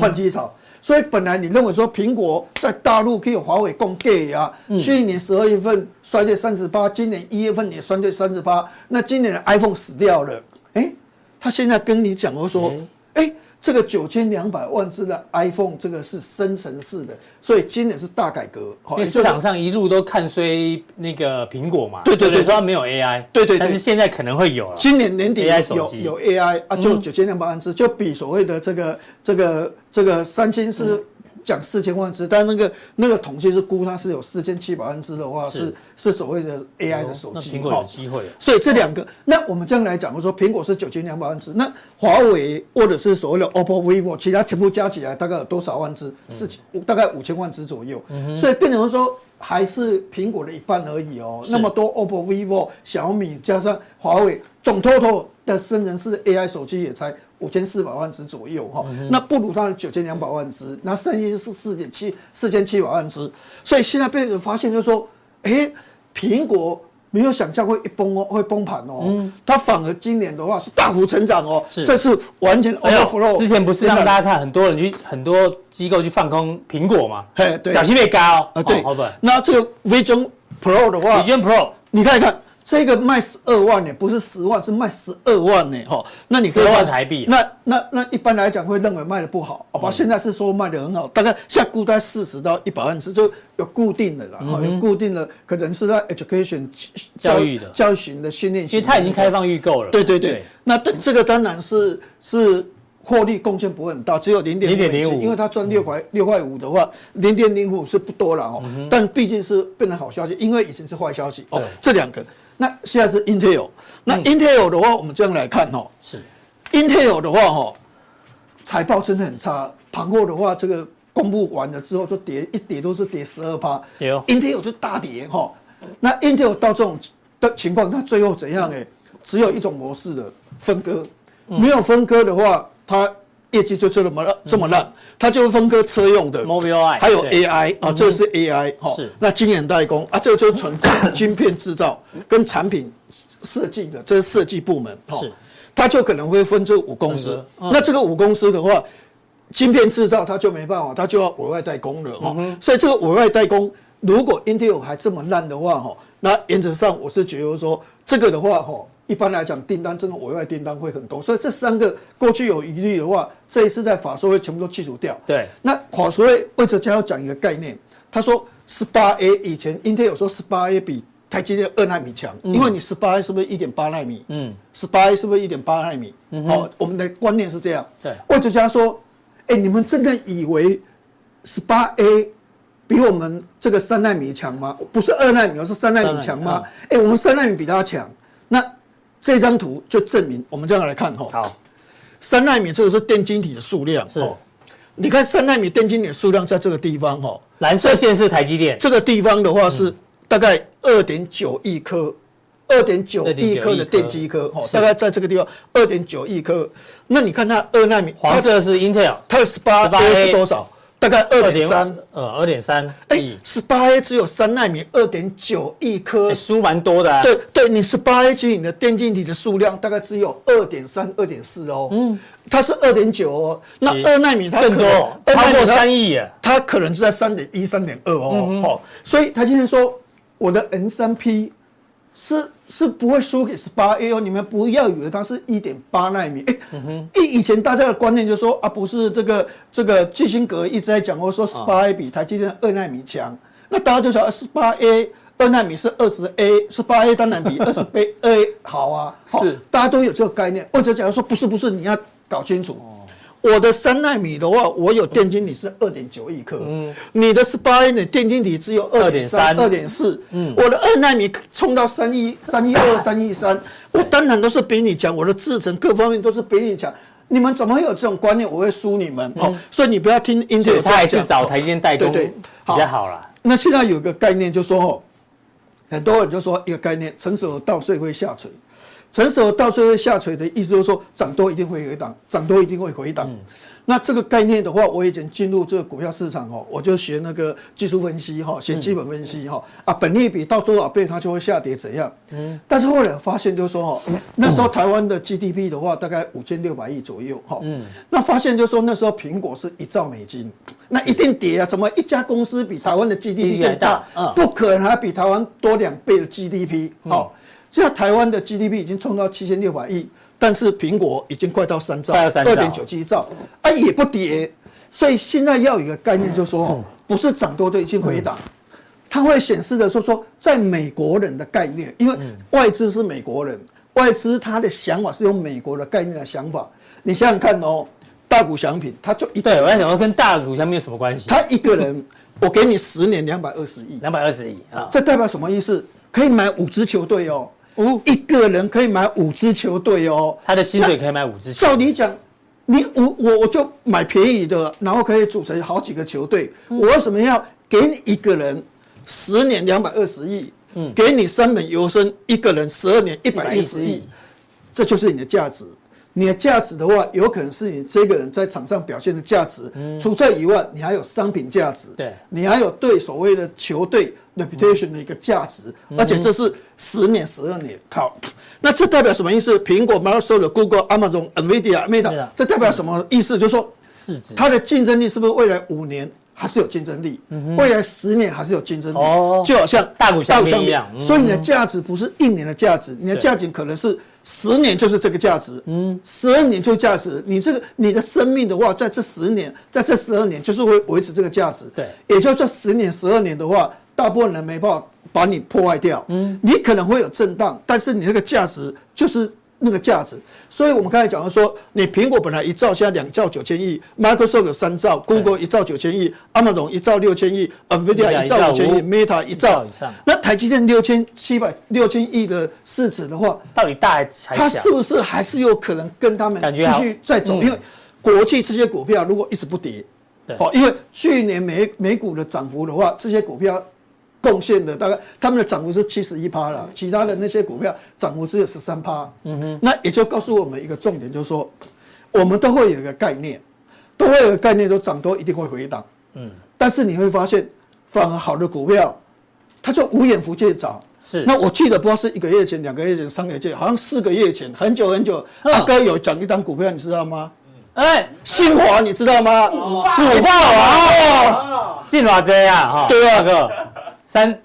Speaker 4: 换机潮。所以本来你认为说苹果在大陆可以有华为供 gay 啊，
Speaker 2: 嗯
Speaker 4: 去年十二月份衰退三十八，今年一月份也衰退三十八，那今年的 iPhone 死掉了，哎、他现在跟你讲我说，哎、这个九千两百万只的 iPhone 这个是生成式的，所以今年是大改革，好
Speaker 2: 因为
Speaker 4: 也就是
Speaker 2: 市场上一路都看衰那个苹果嘛，
Speaker 4: 对对
Speaker 2: 不
Speaker 4: 对
Speaker 2: 说它没有 AI，
Speaker 4: 对对对
Speaker 2: 但是现在可能会有了，
Speaker 4: 今年年底
Speaker 2: AI 手
Speaker 4: 有
Speaker 2: 机嗯
Speaker 4: 有
Speaker 2: 嗯
Speaker 4: AI 啊，就九千两百万只，就比所谓的这个这个这个三星是讲四千万只，但那个那个统计是估它是有四千七百万只的
Speaker 2: 是
Speaker 4: 话，
Speaker 2: 哦
Speaker 4: 是是所谓的 AI 的手
Speaker 2: 那
Speaker 4: 机。
Speaker 2: 苹果
Speaker 4: 哈
Speaker 2: 有机会啊，
Speaker 4: 所以这两个，那我们这样来讲，我说苹果是九千两百万只，那华为或者是所谓的 OPPO、vivo，其他全部加起来大概有多少万只？四千，大概五千万只左右。所以变成说还是苹果的一半而已哦。那么多 OPPO、vivo、小米加上华为，总 total 的生成式 AI 手机也才。五千四百万只左右哈，那不如它的九千两百万只，那剩下是四点七四千七百万只，所以现在被人发现就是说，诶、苹果没有想象会一崩哦，会崩盘哦，它反而今年的话是大幅成长哦，
Speaker 2: 嗯是
Speaker 4: 这是完全
Speaker 2: 哎
Speaker 4: overflow
Speaker 2: 呦，。之前不是让大
Speaker 4: 家
Speaker 2: 家看很多人去很多机构去放空苹果嘛？
Speaker 4: 嘿对
Speaker 2: 小心被嘎哦。
Speaker 4: 啊对
Speaker 2: 哦好吧，，
Speaker 4: 那这个 Vision Pro 的话
Speaker 2: 李，娟 Pro
Speaker 4: 你看一看这个卖十二万呢，不是十万，是卖十二万呢，哈，那你可
Speaker 2: 12
Speaker 4: 以
Speaker 2: 万
Speaker 4: 看
Speaker 2: 台币嗯
Speaker 4: 那那那一般来讲会认为卖的不好，好吧？现在是说卖的很好，大概下估在四十到一百万只，就有固定的啦，哈、有固定的，可能是在 education
Speaker 2: 嗯教育的
Speaker 4: 教育型的训练
Speaker 2: 其
Speaker 4: 型
Speaker 2: 实
Speaker 4: 的这种，
Speaker 2: 它已经开放预购了。
Speaker 4: 对对对，那这这个当然是是获利贡献不会很大，只有零嗯点
Speaker 2: 0.05
Speaker 4: 因为它赚六块六块五的话，零点零五是不多了哦，但毕竟是变成好消息，因为以前是坏消息哦
Speaker 2: 对，
Speaker 4: 这两个。那现在是 Intel，那 Intel 的话，我们这样来看哦
Speaker 2: 是
Speaker 4: ，Intel 的话哦，财报真的很差，盘后的话，这个公布完了之后就跌，一跌都是跌十二趴，
Speaker 2: 对哦
Speaker 4: Intel 就大跌哈。那 Intel 到这种的情况，它最后怎样？哎，只有一种模式的分割，
Speaker 2: 嗯
Speaker 4: 没有分割的话，它业绩就这么烂，这么
Speaker 2: 嗯
Speaker 4: 烂，它就分割车用的
Speaker 2: Mobileye，
Speaker 4: 还有
Speaker 2: 对嗯
Speaker 4: AI 啊，这个是 AI 哈
Speaker 2: 是。
Speaker 4: 那晶圆代工啊，这个就是纯晶片制造跟产品设计的，这是设计部门哈
Speaker 2: 是。
Speaker 4: 它就可能会分这五公司
Speaker 2: 分，割嗯
Speaker 4: 那这个五公司的话，晶片制造它就没办法，它就要委外代工了
Speaker 2: 嗯
Speaker 4: 哈、所以这个委外代工，如果 Intel 还这么烂的话哈，那原则上我是觉得说这个的话哈，一般来讲订单这个委外订单会很多，所以这三个过去有疑虑的话，这一次在法说会全部都剔除掉。
Speaker 2: 对
Speaker 4: 那法说会魏哲家要讲一个概念，他说十八 A 以前 Intel 说十八 A 比台积电二纳米强，因为你十八 A 是不是一点八纳米？
Speaker 2: 嗯，
Speaker 4: 十八 A 是不是一点八纳米？哦，我们的观念是这样。
Speaker 2: 对
Speaker 4: 魏哲家说，哎、你们真的以为十八 A 比我们这个三纳米强吗？不是二纳米，而是三纳米强
Speaker 2: 三纳
Speaker 4: 吗
Speaker 2: 米？
Speaker 4: 哎、我们三纳米比它强。那这张图就证明，我们这样来看哈、哦，
Speaker 2: 好
Speaker 4: 三纳米这个是电晶体的数量，
Speaker 2: 是
Speaker 4: 哦你看三纳米电晶体的数量在这个地方哈、哦，
Speaker 2: 蓝色线是台积电，
Speaker 4: 这个地方的话是大概二点九亿颗，二点九亿颗的电机颗，哦，大概在这个地方二点九亿颗。那你看它二纳米，
Speaker 2: 黄色是 Intel，
Speaker 4: 它的十八 A 是多少？大概二点三。
Speaker 2: 呃二点三
Speaker 4: 哎
Speaker 2: 亿，，
Speaker 4: 十八 A 只有三纳米，二点九亿颗
Speaker 2: 哎，输蛮多的啊。
Speaker 4: 对对，你十八 A 级，你的电竞体的数量大概只有二点三、二点四哦。嗯，它是二点九哦，那
Speaker 2: 是
Speaker 4: 二纳米它
Speaker 2: 更多
Speaker 4: 可能
Speaker 2: 超过
Speaker 4: 2.3
Speaker 2: 三亿嗯耶
Speaker 4: 它可能是在三点一、三点二哦。哦，所以他今天说我的 N 三 P 是是不会输给十八 A 哦，你们不要以为它是一点八纳米。哎、以以前大家的观念就说啊，不是这个这个基辛格一直在讲过说十八 A 比台积电二纳米强，那大家就想啊十八 A 二纳米是二十 A，十八 A 当然比二十 A 二 A 好啊，好
Speaker 2: 是
Speaker 4: 大家都有这个概念。或者假如说不是不是，你要搞清楚。我的三纳米的话，我有电晶体是二点九亿克，你的十八 A 的电晶体只有二点三、嗯
Speaker 2: 2.3
Speaker 4: 二点四，我的二纳米冲到三亿、三亿二、三亿三，我当然都是比你强，我的制程各方面都是比你强。你们怎么会有这种观念？我会输你们哦，所以你不要听 Intel 这
Speaker 2: 对，
Speaker 4: 样
Speaker 2: 他还是
Speaker 4: 讲
Speaker 2: 找台积电代工
Speaker 4: 对对
Speaker 2: 比较好啦。
Speaker 4: 那现在有个概念就说哦，很多人就说一个概念，成熟的稻穗会下垂。成熟的稻穗会下垂的意思就是说，涨多一定会回档，涨多一定会回档。那这个概念的话，我以前进入这个股票市场哦，我就学那个技术分析哈，学基本分析哈、啊，本利比到多少倍它就会下跌怎样？但是后来发现就是说哈，那时候台湾的 GDP 的话大概五千六百亿左右哈，那发现就是说那时候苹果是一兆美金，那一定跌啊，怎么一家公司比台湾的 GDP 更大？
Speaker 2: 嗯
Speaker 4: 不可能还比台湾多两倍的 GDP。好、现在台湾的 GDP 已经冲到七千六百亿，但是苹果已经快到三兆，
Speaker 2: 快到三兆
Speaker 4: 二点九七兆，啊也不跌。所以现在要有一个概念，就是
Speaker 2: 嗯
Speaker 4: 说不是涨多的已经回档。它会显示的说说，在美国人的概念，因为
Speaker 2: 嗯
Speaker 4: 外资是美国人，外资他的想法是用美国的概念来想法。你想想看哦，大股祥品，他就一
Speaker 2: 对，我在想说跟大股相没有什么关系，
Speaker 4: 他一个人，我给你十年两百二十亿，
Speaker 2: 两百二十亿啊，
Speaker 4: 这代表什么意思？可以买五支球队哦，一个人可以买五支球队哦。
Speaker 2: 他的薪水可以买五支球
Speaker 4: 照理讲，你我我我就买便宜的，然后可以组成好几个球队。我为什么要给你一个人十年两百二十亿？给你三本游生一个人十二年一百嗯一十
Speaker 2: 110
Speaker 4: 亿
Speaker 2: 亿，
Speaker 4: 这就是你的价值。你的价值的话，有可能是你这个人在场上表现的价值。除这以外，你还有商品价值，
Speaker 2: 嗯对
Speaker 4: 你还有对所谓的球队 reputation 的一个价值，
Speaker 2: 嗯
Speaker 4: 而且这是十年、十二年。好，那这代表什么意思？苹果、Microsoft、Google、Amazon、Nvidia、Meta，
Speaker 2: Meta
Speaker 4: 这代表什么意思？就是说，
Speaker 2: 市值。
Speaker 4: 它的竞争力是不是未来五年还是有竞争力？未来十年还是有竞争力？
Speaker 2: 嗯哦
Speaker 4: 就好像
Speaker 2: 大股
Speaker 4: 大
Speaker 2: 相
Speaker 4: 股
Speaker 2: 一样嗯
Speaker 4: 所以你的价值不是一年的价值，你的价值可能是十年就是这个价值，嗯，十二年就是价值。你这个你的生命的话，在这十年，在这十二年就是会维持这个价值。
Speaker 2: 对
Speaker 4: 也就这十年、十二年的话，大部分人没办法把你破坏掉。嗯，你可能会有震荡，但是你那个价值就是那个价值。所以我们刚才讲到说，你苹果本来一兆，现在两兆九千亿；Microsoft 有三兆，Google 一兆九千亿，Amazon 一兆六千亿，NVIDIA 一兆五千亿，Meta 一兆
Speaker 2: 一兆以上。
Speaker 4: 那台积电六千七百六千亿的市值的话，
Speaker 2: 到底大还还
Speaker 4: 它
Speaker 2: 小
Speaker 4: 是？不是还是有可能跟他们
Speaker 2: 感觉
Speaker 4: 继
Speaker 2: 好
Speaker 4: 续再走？
Speaker 2: 嗯
Speaker 4: 因为国际这些股票如果一直不跌，
Speaker 2: 对
Speaker 4: 哦，因为去年美美股的涨幅的话，这些股票贡献的大概他们的涨幅是七十一趴
Speaker 2: 嗯
Speaker 4: 了，其他的那些股票涨幅只有十三趴。嗯哼，那也就告诉我们一个重点，就是说我们都会有一个概念，都会有一个概念，都涨多一定会回档。嗯，但是你会发现，反而好的股票，它就无眼福见涨。
Speaker 2: 是
Speaker 4: 那我记得不知道是一个月前、两个月前、三个月前，好像四个月前，很久很久，
Speaker 2: 嗯
Speaker 4: 阿哥有讲一档股票，你知道吗？
Speaker 2: 哎，
Speaker 4: 新华，你知道吗？五
Speaker 2: 五霸王进偌济啊？哈，
Speaker 4: 对
Speaker 2: 大
Speaker 4: 啊
Speaker 2: 哥，三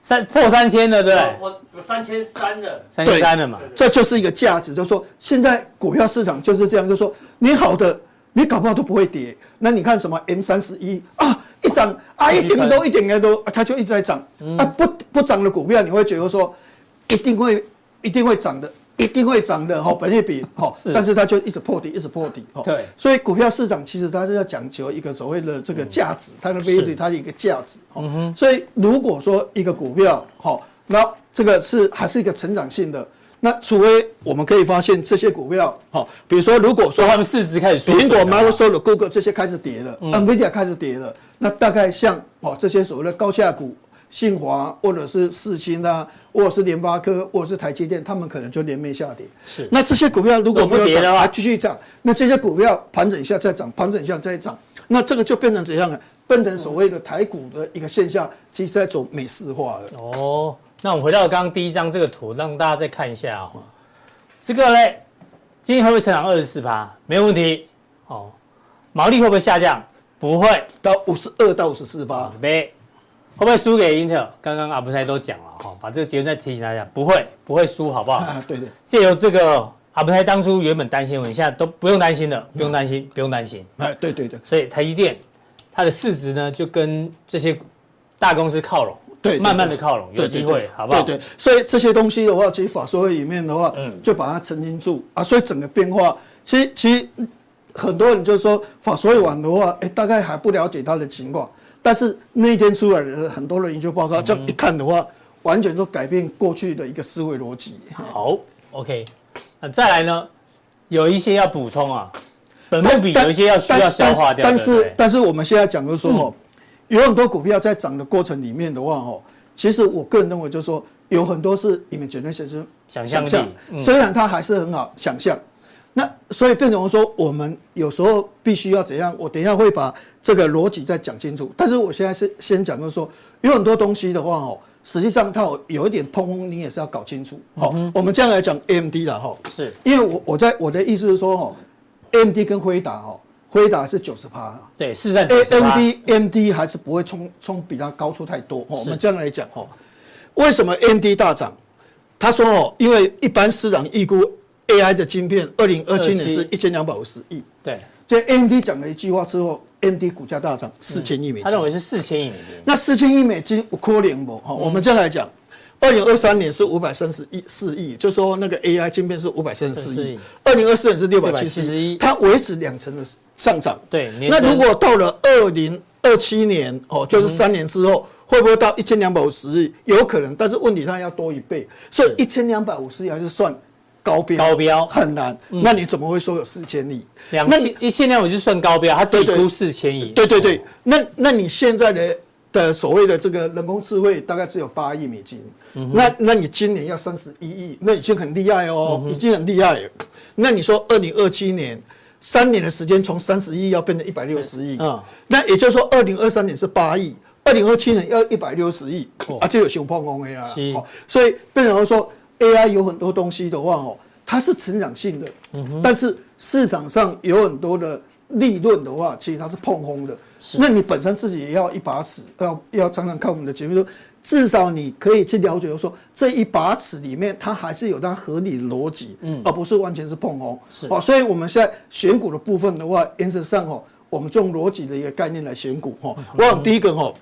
Speaker 2: 三破三千了，对不对？
Speaker 1: 我我三千三的，
Speaker 2: 三千三了嘛？
Speaker 4: 这就是一个价值，就是说现在股票市场就是这样，就是说你好的，你搞不好都不会跌。那你看什么 M 三十一啊，一涨啊，一点都一点都，啊它就一直在涨、
Speaker 2: 嗯
Speaker 4: 啊，不不涨的股票，你会觉得说一定会一定会涨的。一定会涨的哈，本益比哈，
Speaker 2: 是
Speaker 4: 但是它就一直破底，一直破底哈。
Speaker 2: 对
Speaker 4: 所以股票市场其实它是要讲求一个所谓的这个价值，它的 value，它的一个价值。哦，所以如果说一个股票，好，那这个是还是一个成长性的，那除非我们可以发现这些股票，好，比如说如果
Speaker 2: 所
Speaker 4: 说
Speaker 2: 以他们市值开始缩水啊
Speaker 4: 苹果、
Speaker 2: 了嘛
Speaker 4: Microsoft、Google 这些开始跌
Speaker 2: 嗯
Speaker 4: 了、n v i d i a 开始跌了，那大概像哦这些所谓的高价股，信华或者是四星啊，或者是联发科，或者是台积电，他们可能就连袂下跌。
Speaker 2: 是
Speaker 4: 那这些股票如果
Speaker 2: 如果不
Speaker 4: 没有
Speaker 2: 跌
Speaker 4: 涨，
Speaker 2: 的话
Speaker 4: 还继续涨，那这些股票盘整一下再涨，盘整一下再涨，那这个就变成怎样啊？变成所谓的台股的一个现象，其实在走美式化了。
Speaker 2: 哦，那我们回到刚刚第一张这个图，让大家再看一下哦。这个嘞，今天会不会成长二十四趴？没有问题。哦，毛利会不会下降？不会，
Speaker 4: 到五十二到五十四八，
Speaker 2: 没。会不会输给英特尔？刚刚阿布赛都讲了哈、哦，把这个结论再提醒大家，不会，不会输，好不好？
Speaker 4: 啊，对对，
Speaker 2: 借由这个阿不太当初原本担心，我现在都不用担心了，不用担心，不用担心。
Speaker 4: 哎，对对对，
Speaker 2: 所以台积电它的市值呢，就跟这些大公司靠拢，
Speaker 4: 对对对
Speaker 2: 慢慢的靠拢，有
Speaker 4: 对
Speaker 2: 机
Speaker 4: 对
Speaker 2: 会
Speaker 4: 对，
Speaker 2: 好不嗯好？
Speaker 4: 对对，所以这些东西的话，其实法说会里面的话，就把它澄清住啊。所以整个变化，其实其实很多人就说法说会完的话，哎、大概还不了解它的情况。但是那一天出来的很多的研究
Speaker 2: 嗯
Speaker 4: 报告，这样一看的话，完全都改变过去的一个思维逻辑。
Speaker 2: 好，OK。那再来呢，有一些要补充啊，本目比
Speaker 4: 但
Speaker 2: 有一些要需要消化掉，对不
Speaker 4: 但但
Speaker 2: 嗯
Speaker 4: 是
Speaker 2: 对
Speaker 4: 但是我们现在讲就是说哦，有很多股票在涨的过程里面的话哦，其实我个人认为就是说有很多是你们绝对先生
Speaker 2: 想象力嗯
Speaker 4: 虽然它还是很好想象。那所以变成说，我们有时候必须要怎样？我等一下会把这个逻辑再讲清楚。但是我现在是先讲，就是说有很多东西的话哦，实际上它有一点碰轰，你也是要搞清楚。好、
Speaker 2: 嗯
Speaker 4: 我们这样来讲 AMD 了哈、哦，
Speaker 2: 是
Speaker 4: 因为我我在我的意思是说哦，AMD 跟辉达哦，辉达是九十趴
Speaker 2: 对市占九十趴，
Speaker 4: ，AMD AMD 还是不会冲冲比它高出太多。哦我们这样来讲哦，为什么 AMD 大涨？他说哦，因为一般市场预估 AI 的晶片，二零二七年是一千两百五十亿。
Speaker 2: 对，
Speaker 4: 所以 AMD 讲了一句话之后，AMD 股价
Speaker 2: 嗯
Speaker 4: 大涨四千亿美
Speaker 2: 他
Speaker 4: 金。
Speaker 2: 认为是四千亿美金，
Speaker 4: 嗯那四千亿美金有可能不？哈，我们这样来讲，二零二三年是五百三十亿四亿，就说那个 AI 晶片是五百三十四
Speaker 2: 34
Speaker 4: 亿
Speaker 2: 亿，
Speaker 4: 二零二四年是六百七十
Speaker 2: 671
Speaker 4: 亿，它维持两成的上涨。
Speaker 2: 对年
Speaker 4: 那
Speaker 2: 增
Speaker 4: 如果到了二零二七年哦，就是三年之后，会不会到一千两百五十亿？有可能，但是问题它要多一倍，所以一千两百五十亿还是算高标，
Speaker 2: 高标
Speaker 4: 很难。那你怎么会说有四千亿？
Speaker 2: 两
Speaker 4: 那
Speaker 2: 千一千两我就算高标，他自己估四千亿，
Speaker 4: 对对对，那那你现在的的所谓的这个人工智慧大概只有八亿美金，那那你今年要三十一亿，那已经很厉害哦，已经很厉害了。那你说二零二七年三年的时间，从三十亿要变成一百六十亿，
Speaker 2: 嗯
Speaker 4: 那也就是说二零二三年是八亿，二零二七年要一百六十亿，啊，这有熊碰空 AI 啊
Speaker 2: 是，
Speaker 4: 哦所以变成说 AI 有很多东西的话哦，它是成长性的，
Speaker 2: 嗯
Speaker 4: 但是市场上有很多的利润的话，其实它是碰空的。那你本身自己也要一把尺，要要常常看我们的节目，说至少你可以去了解说这一把尺里面它还是有它合理的逻辑，而不是完全是碰空。
Speaker 2: 嗯是
Speaker 4: 哦，所以我们现在选股的部分的话，原则上哦，我们就用逻辑的一个概念来选股
Speaker 2: 嗯
Speaker 4: 哦。我想第一个哦，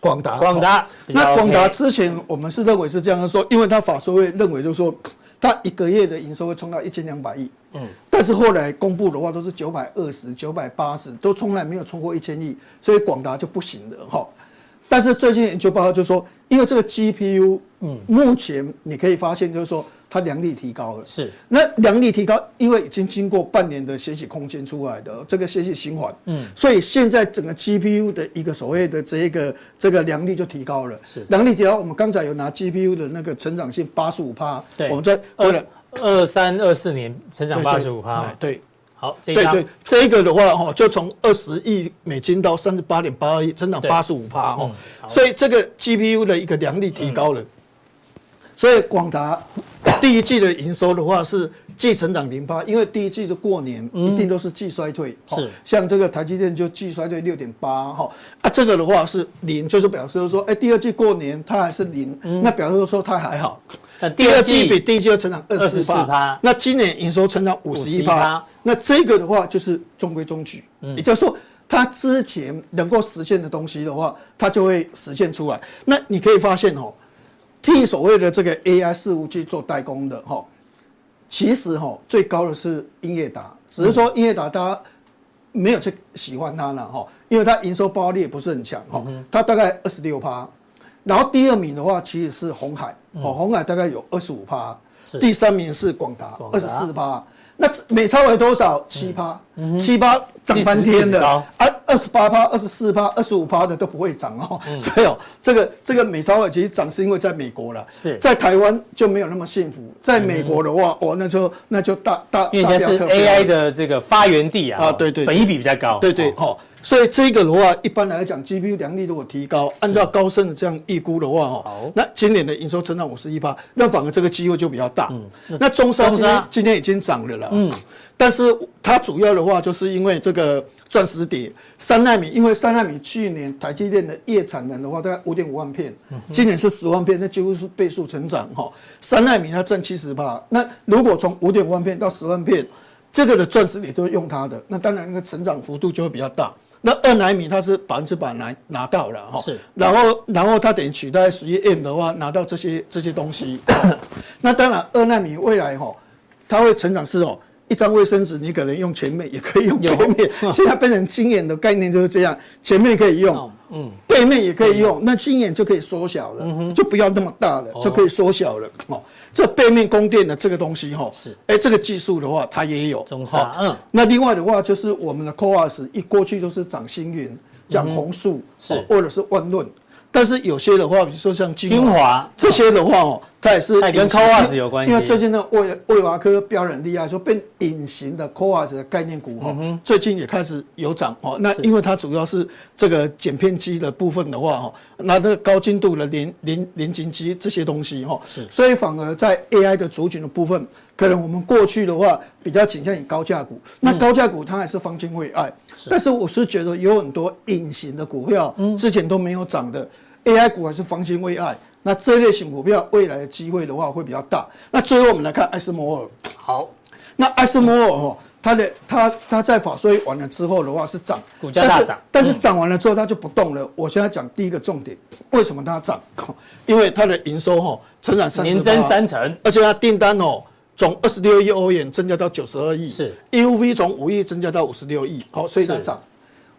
Speaker 4: 广达，
Speaker 2: 广达比较
Speaker 4: 那
Speaker 2: OK
Speaker 4: 广达之前我们是认为是这样说，因为它法说会认为就是说，它一个月的营收会冲到一千两百亿，嗯，但是后来公布的话都是九百二十、九百八十，都从来没有冲过一千亿，所以广达就不行了哈。但是最近研究报告就说，因为这个 GPU，嗯，目前你可以发现就是说它良率提高了，
Speaker 2: 是
Speaker 4: 那良率提高，因为已经经过半年的学习空间出来的这个学习循环，嗯，所以现在整个 GPU 的一个所谓的这一个这个良率就提高了。
Speaker 2: 是
Speaker 4: 良率提高，我们刚才有拿 GPU 的那个成长性八十五趴，
Speaker 2: 对，
Speaker 4: 我们在为了
Speaker 2: 二二三二四年成长
Speaker 4: 对
Speaker 2: 八
Speaker 4: 对
Speaker 2: 十五趴
Speaker 4: 哎，对。
Speaker 2: 好，这一
Speaker 4: 对
Speaker 2: 张
Speaker 4: 对，这一个的话哈，就从二十亿美金到三十八点八亿，增长
Speaker 2: 对
Speaker 4: 八十五趴
Speaker 2: 嗯
Speaker 4: 哈，
Speaker 2: 好嗯
Speaker 4: 所以这个 GPU 的一个良率提高了。所以广达第一季的营收的话是季成长零八，因为第一季的过年一定都是季衰退，
Speaker 2: 嗯是
Speaker 4: 哦像这个台积电就季衰退六点八哈，啊这个的话是零，就是表示说，哎第二季过年它还是零，
Speaker 2: 嗯
Speaker 4: 那表示说它还好。
Speaker 2: 那
Speaker 4: 呃第
Speaker 2: 第
Speaker 4: 二
Speaker 2: 二
Speaker 4: 季
Speaker 2: 季
Speaker 4: 比第一季要成长二十
Speaker 2: 24%
Speaker 4: 趴，那今年营收成长五十一
Speaker 2: 51%
Speaker 4: 趴，嗯那这个的话就是中规中矩，也就是说它之前能够实现的东西的话，它就会实现出来。那你可以发现哦，替所谓的这个 AI 事务去做代工的哈、哦，其实哈、哦、最高的是英业达，只是说英业达大家没有去喜欢它了哈，因为它营收爆发力也不是很强哈，它大概二十六趴，然后第二名的话其实是红海哦，红海大概有二十五趴
Speaker 2: 嗯是，
Speaker 4: 第三名是广达
Speaker 2: 广达
Speaker 4: 二十四趴，那每超为多少？七趴，七趴涨翻
Speaker 2: 嗯历史
Speaker 4: 天
Speaker 2: 历史
Speaker 4: 的
Speaker 2: 高
Speaker 4: 啊，二十八趴、二十四趴、二十五趴的都不会涨哦，
Speaker 2: 嗯
Speaker 4: 所以哦，这个这个美超伟其实涨是因为在美国了，
Speaker 2: 是
Speaker 4: 在台湾就没有那么幸福，在美国的话，哦，那就那就大大
Speaker 2: 因为
Speaker 4: 大
Speaker 2: 人家
Speaker 4: 飙
Speaker 2: 是
Speaker 4: 特飙
Speaker 2: AI 的这个发源地啊，
Speaker 4: 啊对对
Speaker 2: 本益比比较高，
Speaker 4: 对对，
Speaker 2: 哦
Speaker 4: 哦，所以这个的话，一般来讲，GPU 良率如果提高，按照高盛的这样预估的话，
Speaker 2: 好
Speaker 4: 哦，那今年的营收增长五十一趴，那反而这个机会就比较大。那中沙
Speaker 2: 嗯中
Speaker 4: 今
Speaker 2: 沙
Speaker 4: 天今天已经涨了啦，嗯，但是它主要的话，就是因为这个钻石碟三纳米，因为三纳米去年台积电的月产能的话，大概五点五万片，
Speaker 2: 嗯
Speaker 4: 今年是十万片，那几乎是倍数成长哈。三纳米它占七十趴，那如果从五点五万片到十万片。这个的钻石也都是用它的，那当然那个成长幅度就会比较大。那二纳米它是百分之百拿拿到了哈，
Speaker 2: 是
Speaker 4: 然后然后它等于取代十一 M 的话，拿到这些这些东西。那当然二纳米未来哈，它会成长是哦，一张卫生纸你可能用前面，也可以用背面，
Speaker 2: 嗯
Speaker 4: 现在变成经眼的概念就是这样，前面可以用，嗯，背面也可以
Speaker 2: 嗯
Speaker 4: 用，那经眼就可以缩小了，就不要那么大
Speaker 2: 哦
Speaker 4: 了，就可以缩小了哦。这背面供电的这个东西哈，
Speaker 2: 是，
Speaker 4: 哎，这个技术的话它也有，
Speaker 2: 中华
Speaker 4: 好
Speaker 2: 嗯
Speaker 4: 那另外的话就是我们的 c o a s 一过去都是涨星云、讲红树，
Speaker 2: 嗯是
Speaker 4: 哦或者是万润，但是有些的话，比如说像金
Speaker 2: 精华
Speaker 4: 这些的话哦，它也是
Speaker 2: 它也跟
Speaker 4: 隐形
Speaker 2: Coas 有关系
Speaker 4: 因为最近那个魏魏华科标得很厉害，说变隐形的 c o a s 的概念股
Speaker 2: 嗯
Speaker 4: 哦，最近也开始有涨哦。那因为它主要是这个剪片机的部分的话哦，那那个高精度的连连连晶机这些东西哦，
Speaker 2: 是
Speaker 4: 所以反而在 AI 的族群的部分，可能我们过去的话比较倾向于高价
Speaker 2: 嗯
Speaker 4: 股，那高价股它还是方兴未艾，但是我是觉得有很多隐形的股票，
Speaker 2: 嗯
Speaker 4: 之前都没有涨的 AI 股还是方兴未艾，那这类型股票未来的机会的话会比较大。那最后我们来看艾斯摩尔，
Speaker 2: 好，
Speaker 4: 那艾斯摩尔哦，它的它它在法说完了之后的话是涨，
Speaker 2: 股价大涨嗯
Speaker 4: 但是但是涨完了之后它就不动了。我现在讲第一个重点，为什么它涨？因为它的营收哈成长三
Speaker 2: 年增三成，
Speaker 4: 而且它订单哦从二十六亿欧元增加到九十二亿，
Speaker 2: 是
Speaker 4: EUV 从五亿增加到五十六亿，好，所以它
Speaker 2: 是
Speaker 4: 涨。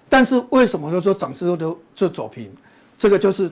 Speaker 4: 但是为什么就说涨之后都就走平？这个就是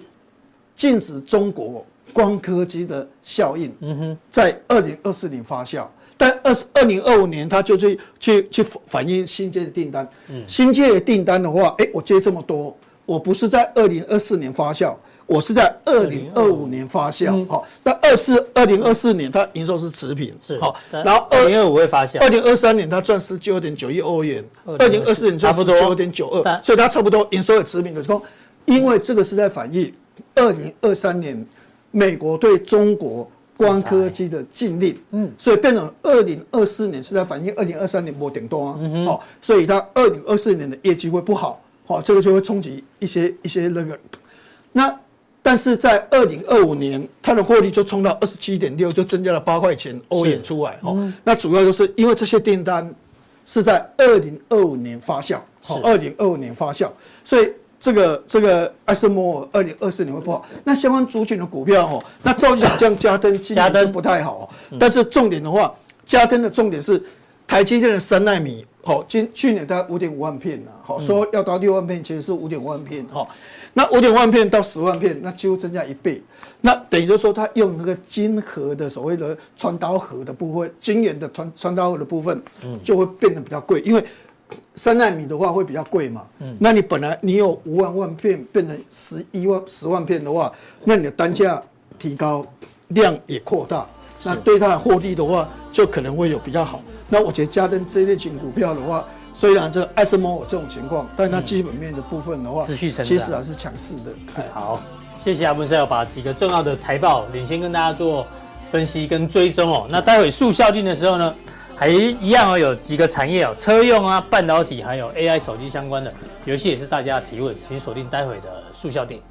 Speaker 4: 禁止中国光刻机的效应，
Speaker 2: 嗯
Speaker 4: 在二零二四年发酵。但二二零二五年，它就去去去反映新界的订单。
Speaker 2: 嗯
Speaker 4: 新界的订单的话，哎，我接这么多，我不是在二零二四年发酵，我是在二零二五年发
Speaker 2: 嗯
Speaker 4: 酵。好，那二四二零二四年它营收是持平，
Speaker 2: 是
Speaker 4: 好，
Speaker 2: 但
Speaker 4: 然后二
Speaker 2: 二零二五会发酵
Speaker 4: 二，零二三年它赚十九点九亿欧元，二零二四
Speaker 2: 2024
Speaker 4: 年赚
Speaker 2: 差不
Speaker 4: 十
Speaker 2: 多
Speaker 4: 九点九二，
Speaker 2: 但
Speaker 4: 所以它差不多营收也持平的。说，因为这个是在反映二零二三年美国对中国光科技的禁令，嗯，所以变成二零二四年是在反映二零二三年没顶多啊，哦，所以它二零二四年的业绩会不好，好、这个就会冲击一些一些那个那但是在二零二五年，它的获利就冲到二十七点六，就增加了八块钱欧元出来
Speaker 2: 嗯
Speaker 4: 哦。那主要就是因为这些订单是在二零二五年发酵，好，二零二五年发酵，所以这个这个艾斯摩尔二零二四年会不好。那相关族群的股票哦，那照理讲这样加登今
Speaker 2: 加
Speaker 4: 年
Speaker 2: 登
Speaker 4: 就不太好、哦，但是重点的话，加登的重点是台积电的三纳米，好、今去年大概五点五万片呐、好、说要到六万片，其实是五点五万片，哈、那五点万片到十万片，那几乎增加一倍。那等于就是说，它用那个晶核的所谓的传导核的部分，晶圆的传传导核的部分，就会变得比较贵，因为三纳米的话会比较贵嘛。
Speaker 2: 嗯
Speaker 4: 那你本来你有五万万片变成十一万十万片的话，那你的单价提高，量也扩大，那对它的获利的话，就可能会有比较好。那我觉得嘉登这一类型股票的话，虽然这个艾斯摩尔这种情况，但它基本面的部分的
Speaker 2: 嗯
Speaker 4: 话，
Speaker 2: 持续成长
Speaker 4: 其实还是强势的。
Speaker 2: 好，谢谢阿文要把几个重要的财报领先跟大家做分析跟追踪哦。那待会速效定的时候呢，还一样哦，有几个产业哦，车用啊、半导体还有 AI 手机相关的，有一些也是大家的提问，请锁定待会的速效定。